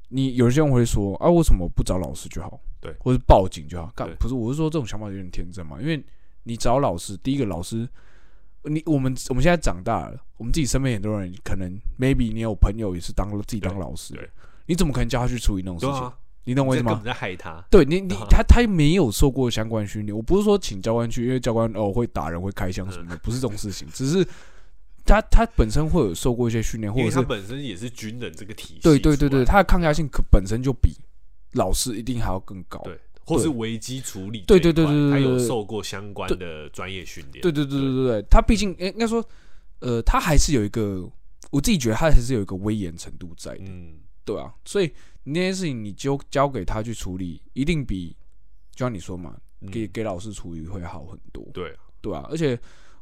S1: 你有些人会说啊，为什么不找老师就好？
S2: 对
S1: 或是报警就好。干
S2: 对
S1: 不是，我是说这种想法有点天真嘛，因为你找老师，第一个老师，你我们我们现在长大了，我们自己身边很多人可能 maybe 你有朋友也是当自己当老师的
S2: 对，
S1: 你怎么可能叫他去处理那种事
S2: 对
S1: 情？
S2: 啊，
S1: 你懂我意
S2: 这
S1: 思
S2: 根
S1: 吗
S2: 本？在害他，
S1: 对你，你
S2: 对啊
S1: 他他没有受过相关训练。我不是说请教官去，因为教官哦会打人、会开枪什么
S2: 嗯
S1: 的，不是这种事情。只是他他本身会有受过一些训练，或
S2: 因
S1: 者
S2: 为
S1: 是
S2: 他本身也是军人这个体系出
S1: 对
S2: 来，
S1: 对对对，他的抗压性可本身就比老师一定还要更高。
S2: 对，或是危机处理
S1: 对
S2: 这一
S1: 对对
S2: 块
S1: 对对
S2: 他有
S1: 对
S2: 受过相关的专业训练，
S1: 对对对对对对，他毕
S2: 嗯
S1: 竟应该说，呃，他还是有一个，我自己觉得他还是有一个威严程度在的，
S2: 嗯，
S1: 对啊，所以那些事情你就交给他去处理，一定比就像你说嘛，
S2: 嗯
S1: 给给老师处理会好很多，
S2: 对，
S1: 对啊，而且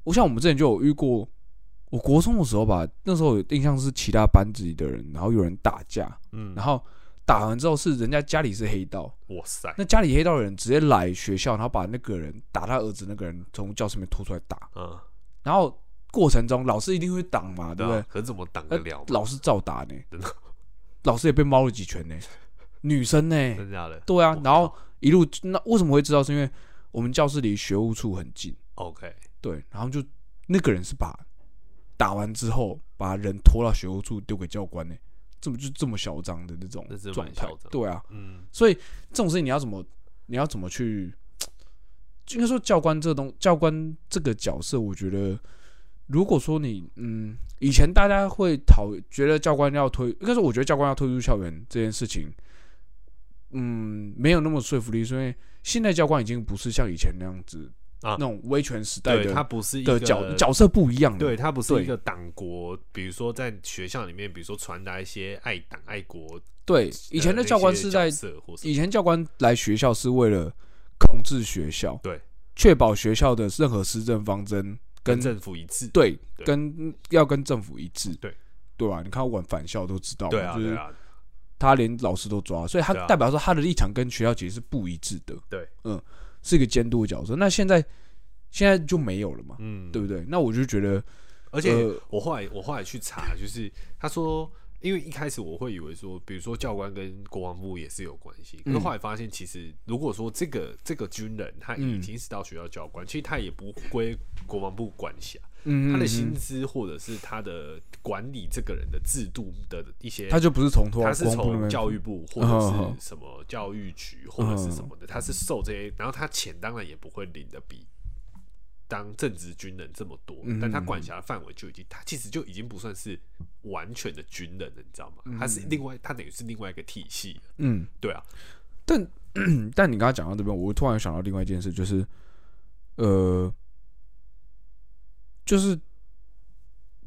S1: 我像我们之前就有遇过，我国中的时候吧，那时候有印象是其他班级的人，然后有人打架，
S2: 嗯
S1: 然，后打完之后是人家家里是黑道，
S2: 哇塞，
S1: 那家里黑道的人直接来学校，然后把那个人打他儿子那个人从教室里面拖出来打。
S2: 嗯，
S1: 然后过程中老师一定会挡嘛，对
S2: 对
S1: 不
S2: 啊
S1: 对？，
S2: 可怎么挡得
S1: 呃
S2: 了嘛？
S1: 老师照打呢
S2: 真的，
S1: 老师也被猫了几拳呢，女生呢，
S2: 真的假的？
S1: 对啊
S2: 我，
S1: 然后
S2: 靠
S1: 一路那为什么会知道？是因为我们教室离学务处很近，
S2: OK，
S1: 对，然后就那个人是把打完之后把人拖到学务处丢给教官呢，这么就这么嚣张的那种
S2: 那真的
S1: 状
S2: 蛮
S1: 态
S2: 嚣，张
S1: 对啊，
S2: 嗯，
S1: 所以这种事情你要怎么，你要怎么去？就应该说教官这东，教官这个角色，我觉得，如果说你，嗯，以前大家会讨觉得教官要推，应该说我觉得教官要退出校园这件事情，嗯，没有那么说服力，是因为现在教官已经不是像以前那样子
S2: 啊
S1: 那种威权时代
S2: 对他
S1: 的
S2: 不是一
S1: 的
S2: 个
S1: 角角色不一样了，
S2: 对他不是
S1: 对
S2: 一个党国，比如说在学校里面，比如说传达一些爱党爱国。
S1: 对，以前的教官是在
S2: 或是
S1: 以前教官来学校是为了控制学校，
S2: 对，
S1: 确保学校的任何施政方针
S2: 跟
S1: 跟
S2: 政府一致。
S1: 对
S2: 对
S1: 跟要跟政府一致，
S2: 对
S1: 对吧、你看我管返校都知道嘛，
S2: 对啊，
S1: 就
S2: 对
S1: 是
S2: 啊，
S1: 他连老师都抓，所以他
S2: 对啊
S1: 代表说他的立场跟学校其实是不一致的，
S2: 对，
S1: 嗯，是一个监督的角色。那现在现在就没有了嘛，
S2: 嗯，
S1: 对不对？那我就觉得，
S2: 而且
S1: 呃
S2: 我后来我后来去查，就是他说，因为一开始我会以为说，比如说教官跟国防部也是有关系，
S1: 嗯
S2: 可是后来发现，其实如果说这个这个军人他已
S1: 嗯
S2: 经是到学校教官，其实他也不归国防部管辖，
S1: 嗯，
S2: 他的
S1: 嗯
S2: 薪
S1: 嗯
S2: 资或者是他的管理这个人的制度的一些，
S1: 他就不是从托
S2: 他是
S1: 光部那
S2: 从
S1: 边嗯
S2: 教育部或者是什么教育局或者是什么的，他是受这些，然后他钱当然也不会领的比当正职军人这么多，
S1: 嗯
S2: 但他管辖的范围就已经，他其实就已经不算是完全的军人了，你知道吗？他是另外，他等于是另外一个体系了，
S1: 嗯，
S2: 对啊，
S1: 但但你刚刚讲到这边，我突然想到另外一件事，就是呃，就是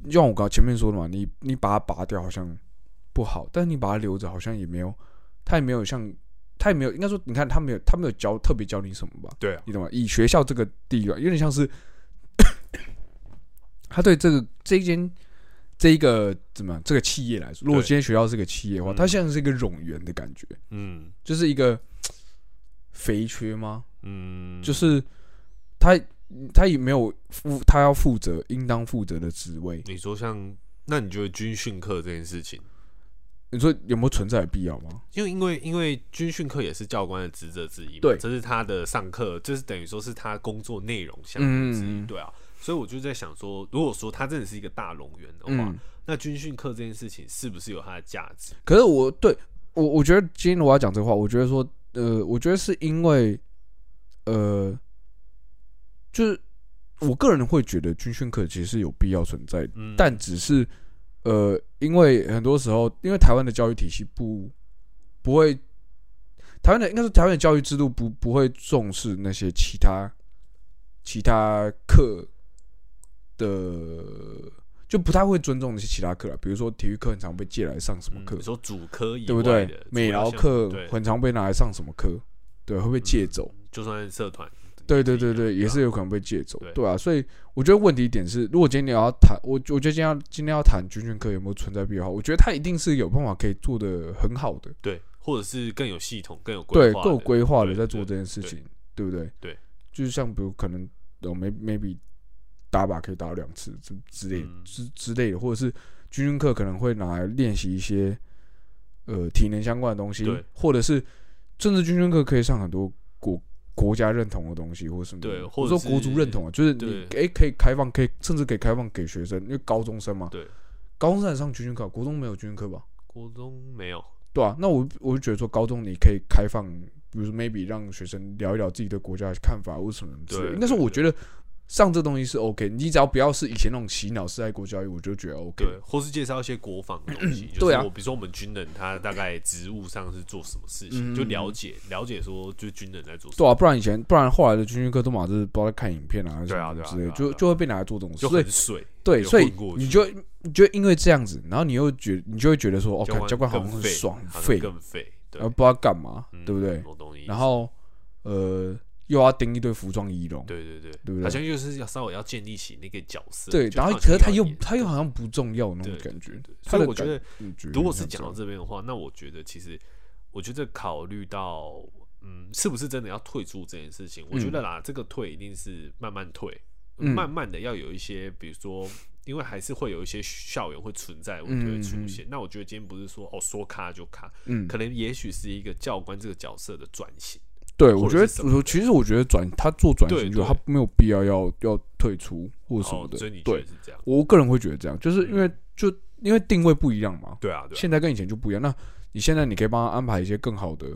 S1: 就像我刚前面说的嘛，你你把它拔掉好像不好，但你把它留着好像也没有，它也没有像他也没有，应该说你看他没有他没有教特别教你什么吧，
S2: 对啊，
S1: 你懂吗？以学校这个地方，有点像是他对这个这一间这一个怎么样这个企业来说，如果
S2: 对
S1: 今天学校是个企业的话，
S2: 嗯
S1: 它像是一个冗员的感觉，
S2: 嗯
S1: 就是一个肥缺吗？
S2: 嗯，
S1: 就是他他也没有负他要负责应当负责的职位，
S2: 你说像，那你觉得军训课这件事情，
S1: 你说有没有存在的必要吗？
S2: 因为因为因为军训课也是教官的职责之一嘛，
S1: 对
S2: 这是他的上课，这是等于说是他工作内容项目之一，
S1: 嗯嗯
S2: 对啊，所以我就在想说，如果说他真的是一个大龙源的话，
S1: 嗯，
S2: 那军训课这件事情是不是有它的价值？
S1: 可是我对我我觉得今天我要讲这个话，我觉得说呃，我觉得是因为呃，就是我个人会觉得军训课其实是有必要存在的，
S2: 嗯，
S1: 但只是呃，因为很多时候，因为台湾的教育体系不不会，台湾的应该说台湾的教育制度不不会重视那些其他其他课的，就不太会尊重那些其他课了。比如说体育课很常被借来上什么
S2: 嗯
S1: 课，
S2: 你说主科以
S1: 对不
S2: 外
S1: 对
S2: 的？
S1: 美
S2: 主要
S1: 劳
S2: 项
S1: 课
S2: 对，嗯
S1: 很常被拿来上什么课，对，会被借走。
S2: 就算是社团，
S1: 对
S2: 也是
S1: 对
S2: 一
S1: 对
S2: 样
S1: 对，也
S2: 啊
S1: 是有可能被借走
S2: 对，
S1: 对啊，所以我觉得问题点是，如果今天你要谈，我我觉得今天要今天要谈军训课有没有存在必要，我觉得它一定是有办法可以做的很好的，
S2: 对，或者是更有系统、更有
S1: 对，
S2: 规划、
S1: 够有规划的
S2: 对
S1: 在做
S2: 对
S1: 这件事
S2: 对
S1: 情，对不对？
S2: 对，
S1: 就是像比如可能呃 may- maybe 打靶可以打两次之之类
S2: 嗯
S1: 之之类的，或者是军训课可能会拿来练习一些呃体能相关的东西
S2: 对，
S1: 或者是甚至军训课可以上很多国国家认同的东西，或什么的
S2: 对或
S1: 我
S2: 者
S1: 说国足
S2: 是
S1: 认同啊，就是你诶、可以开放，可以甚至可以开放给学生，因为高中生嘛，
S2: 对，
S1: 高中生才上军训课，国中没有军训课吧？
S2: 国中没有，
S1: 对啊，那我我就觉得说，高中你可以开放，比如说 maybe 让学生聊一聊自己对国家的看法或什么之类的。
S2: 对
S1: 应该说，
S2: 对
S1: 我觉得上这东西是 OK，你只要不要是以前那种洗脑式爱国教育，我就觉得 OK。
S2: 对，或是介绍一些国防的 东西，就是
S1: 对啊
S2: 我比如说我们军人他大概职务上是做什么事
S1: 嗯
S2: 情，就了解了解说就是军人在做什
S1: 对
S2: 么，
S1: 啊，不然以前不然后来的军训课都嘛是不知道在看影片啊，还是
S2: 对
S1: 什么
S2: 啊对啊
S1: 之类的，
S2: 对啊
S1: 就
S2: 对啊
S1: 就会被拿来做这种事。
S2: 就
S1: 所以
S2: 很水，
S1: 对，
S2: 有
S1: 所以
S2: 混过去
S1: 你就哦你就因为这样子，然后你又觉你就会觉得说，哦，看教官好像
S2: 更
S1: 很
S2: 废
S1: 爽
S2: 好像
S1: 废，
S2: 更废，对
S1: 然后，不知道干嘛，对不对
S2: 嗯？我懂你意思。
S1: 然后呃，又要盯一堆服装仪容，
S2: 对对对，
S1: 对不对
S2: 好像就是要稍微要建立起那个角色，
S1: 对，
S2: 就
S1: 然后
S2: 好像
S1: 可是他
S2: 要
S1: 又
S2: 演
S1: 他又好像不重要那
S2: 对
S1: 种
S2: 对
S1: 感觉
S2: 对。对
S1: 他
S2: 所以
S1: 的
S2: 我觉
S1: 感
S2: 得
S1: 嗯觉
S2: 如果
S1: 很像
S2: 是讲
S1: 这
S2: 到
S1: 样
S2: 这边的话，那我觉得其实，我觉得考虑到，嗯，是不是真的要退出这件事情，我觉得啦，这个退一定是慢慢退，
S1: 嗯
S2: 慢慢的要有一些，比如说，因为还是会有一些校园会存在的问题会出现。那我觉得今天不是说哦说卡就卡，
S1: 嗯，
S2: 可能也许是一个教官这个角色的转型。
S1: 对
S2: 或
S1: 我
S2: 者
S1: 觉得
S2: 是什么
S1: 我其实我觉得转他做转
S2: 对
S1: 型就
S2: 对
S1: 他没有必要要要退出或什么
S2: 哦，
S1: 的
S2: 所以你，觉
S1: 对
S2: 得是这样？
S1: 我个人会觉得这样，就是因为就因为定位不一样嘛，
S2: 对啊，对啊，
S1: 现在跟以前就不一样。那你现在你可以帮他安排一些更好的、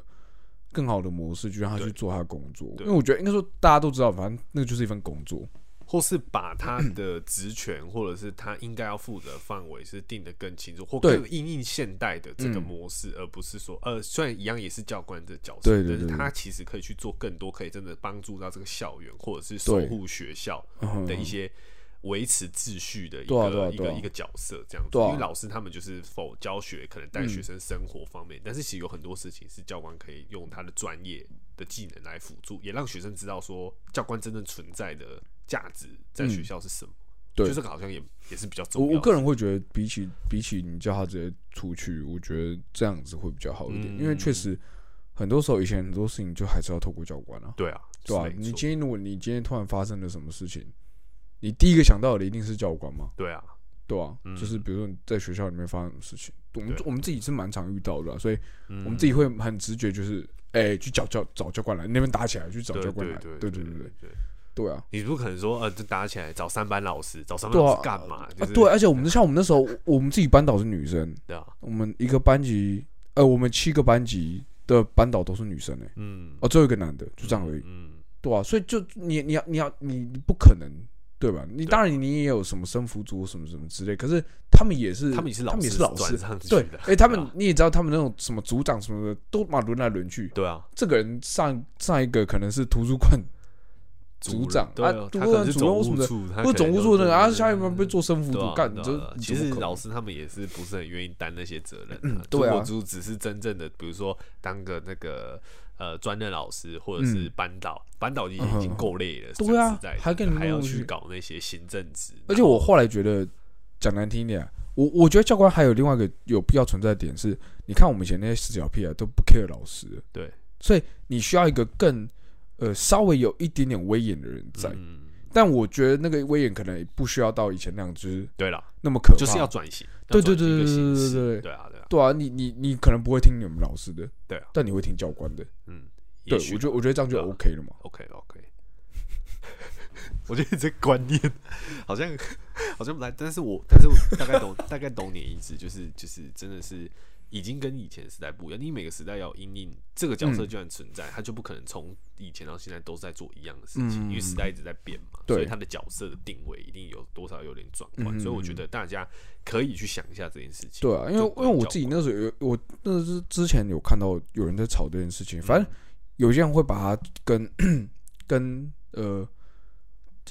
S1: 更好的模式，就让他
S2: 对
S1: 去做他的工作。因
S2: 对
S1: 为我觉得应该说大家都知道，反正那就是一份工作。
S2: 或是把他的职权或者是他应该要负责的范围是定得更清楚，或
S1: 对
S2: 更因应现代的这个
S1: 嗯
S2: 模式，而不是说呃，虽然一样也是教官的角色，
S1: 对对对
S2: 但是
S1: 对
S2: 他其实可以去做更多，可以真的帮助到这个校园或者是守
S1: 对
S2: 护学校
S1: 嗯
S2: 的一些维持秩序的一
S1: 对
S2: 个、
S1: 啊对啊
S2: 一
S1: 对
S2: 个
S1: 啊
S2: 一个角色这样子。
S1: 对啊嗯
S2: 因为老师他们就是否教学，可能带学生生活方面，但是其实有很多事情是教官可以用他的专业的技能来辅助，也让学生知道说教官真正存在的价值在学校是什么。
S1: 嗯对
S2: 就这个好像也也是比较重
S1: 我
S2: 要的
S1: 我个人会觉得，比起比起你叫他直接出去，我觉得这样子会比较好一点，
S2: 嗯
S1: 因为确实很多时候以前很多事情就还是要透过教官啊，
S2: 对啊，
S1: 对吧、
S2: 是没
S1: 你
S2: 错
S1: 今天如果你今天突然发生了什么事情，你第一个想到的一定是教官嘛，
S2: 对啊，
S1: 对吧、就是比如说你在学校里面发生什么事情，我们
S2: 对
S1: 我们自己是蛮常遇到的啊、所以
S2: 嗯
S1: 我们自己会很直觉就是。哎、去找教找教官来，那边打起来，去找
S2: 对
S1: 教
S2: 对
S1: 官
S2: 对
S1: 来，对
S2: 对对
S1: 对对，
S2: 对。
S1: 对啊，
S2: 你不可能说呃，就打起来找三班老师，找三班
S1: 对
S2: 老
S1: 啊
S2: 师，干嘛？就
S1: 啊
S2: 是
S1: 对，而且我们像我们那时候，我们自己班导是女生，
S2: 对啊，
S1: 我们一个班级，呃，我们七个班级的班导都是女生诶、
S2: 嗯
S1: 哦，只有一个男的，就这样而已，
S2: 嗯，
S1: 对啊，所以就你你要你要你不可能对吧？你当然你也有什么生服组什么什么之类，可是他们也是
S2: 他们也是老
S1: 他
S2: 师，
S1: 们也是老
S2: 转
S1: 师，
S2: 上去
S1: 对
S2: 的，，
S1: 哎，他们
S2: 对啊
S1: 你也知道他们那种什么组长什么的都嘛轮来轮去，
S2: 对啊，
S1: 这个人上上一个可能是图书馆组长
S2: 对
S1: 啊
S2: 啊，，
S1: 主
S2: 他可
S1: 任、
S2: 能
S1: 主
S2: 是
S1: 任
S2: 总
S1: 或什
S2: 务
S1: 么的，
S2: 处，他
S1: 或者
S2: 可能
S1: 总务
S2: 就
S1: 处的
S2: 是
S1: 人啊，下面被做生辅
S2: 对
S1: 组
S2: 啊，
S1: 干，
S2: 对
S1: 你
S2: 啊
S1: 这
S2: 对啊
S1: 你
S2: 其
S1: 怎么
S2: 实
S1: 可能
S2: 老师他们也是不是很愿意担那些责任、啊。
S1: 对啊
S2: 如果就只是真正的，比如说当个那个呃专任老师或者是班导，班导已经已经够累了，
S1: 嗯对啊
S2: 说实在的
S1: 还跟你
S2: 还
S1: 弄
S2: 要
S1: 东西
S2: 去搞那些行政职，
S1: 而且我后来觉得，讲难听一点啊、我我觉得教官还有另外一个有必要存在的点是，你看我们以前那些死小屁啊都不 care 老师，
S2: 对，
S1: 所以你需要一个更呃稍微有一点点威严的人在。
S2: 嗯，
S1: 但我觉得那个威严可能也不需要到以前那样，就是
S2: 对了，
S1: 那么可怕，
S2: 就是要转型，
S1: 对
S2: 要转
S1: 对对
S2: 型一个
S1: 对
S2: 形
S1: 对
S2: 式
S1: 对对
S2: 对啊对啊，
S1: 对啊，你你你可能不会听你们老师的，
S2: 对啊
S1: 但你会听教官的，
S2: 嗯，
S1: 对
S2: 也许
S1: 我觉得我觉得这样就
S2: 对啊
S1: OK 了嘛。
S2: OK OK，我觉得你这观念好像 好像不太，但是我但是我大概懂 大概懂你的意思，就是就是真的是已经跟以前的时代不一样，你每个时代要因应这个角色
S1: 嗯
S2: 居然存在，他就不可能从以前到现在都是在做一样的事情，
S1: 嗯
S2: 因为时代一直在变嘛，
S1: 对
S2: 所以他的角色的定位一定有多少有点转换，
S1: 嗯
S2: 所以我觉得大家可以去想一下这件事情。
S1: 对啊，因为
S2: 就
S1: 因
S2: 不
S1: 为
S2: 要
S1: 我
S2: 叫
S1: 自己
S2: 过
S1: 那时候有我那是之前有看到有人在吵这件事情，反正有些人会把它跟 跟呃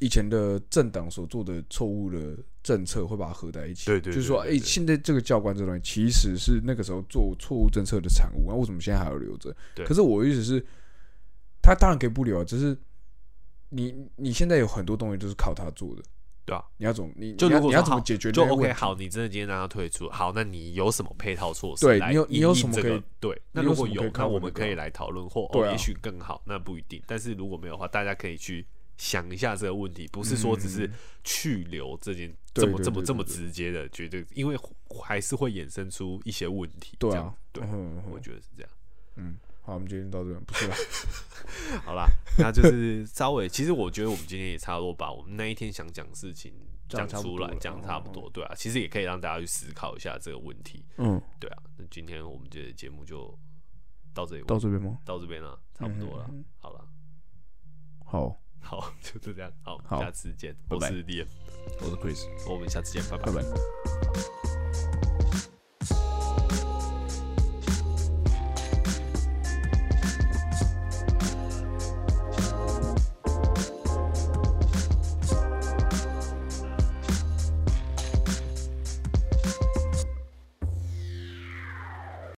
S1: 以前的政党所做的错误的政策会把它合在一起，
S2: 对对
S1: 就是说，哎、
S2: 对对对
S1: 现在这个教官这东西其实是那个时候做错误政策的产物，那、啊为什么现在还要留着？
S2: 对
S1: 可是我的意思是，他当然可以不留啊，只是你你现在有很多东西都是靠他做的，
S2: 对啊，
S1: 你要怎么你
S2: 就
S1: 你要
S2: 如果
S1: 你要
S2: 说
S1: 怎么
S2: 好
S1: 解决这
S2: 就
S1: 些问
S2: OK，
S1: 题？
S2: 好，你真的今天让他退出，好，那你有什么配套措施
S1: 对
S2: 来
S1: 你有
S2: 因
S1: 你
S2: 应
S1: 有什么
S2: 这
S1: 可以
S2: 个对？那
S1: 你有
S2: 如
S1: 什
S2: 果
S1: 么
S2: 有
S1: 可以，
S2: 那
S1: cover
S2: 我
S1: 的
S2: 们可
S1: 地
S2: 以来讨论，或
S1: 对
S2: 哦，
S1: 啊
S2: 也许更好，那不一定。但是如果没有的话，大家可以去想一下这个问题，不是说只
S1: 嗯
S2: 是去留这件
S1: 对
S2: 这么
S1: 对
S2: 这么
S1: 对
S2: 这么
S1: 对对
S2: 直接的，绝对因为还是会衍生出一些问题。
S1: 对
S2: 这
S1: 啊
S2: 样，对
S1: 嗯，哼嗯哼
S2: 我觉得是这样。
S1: 好，我们今天到这边，不是啦，
S2: 好啦， 那就是稍微，其实我觉得我们今天也差不多把我们那一天想讲的事情
S1: 讲
S2: 讲
S1: 差不
S2: 出
S1: 多
S2: 来
S1: 了，
S2: 讲差不多，对啊，其实也可以让大家去思考一下这个问题，
S1: 嗯，
S2: 对啊。那今天我们这节目就到这里，
S1: 到这边吗？
S2: 到这边了，差不多了
S1: 嗯，
S2: 好了，
S1: 好，
S2: 好， 就是这样，好，
S1: 好
S2: 下次见，
S1: 拜
S2: 我
S1: 拜
S2: 是 D，
S1: 我是 Chris，
S2: 我们下次见，拜
S1: 拜拜。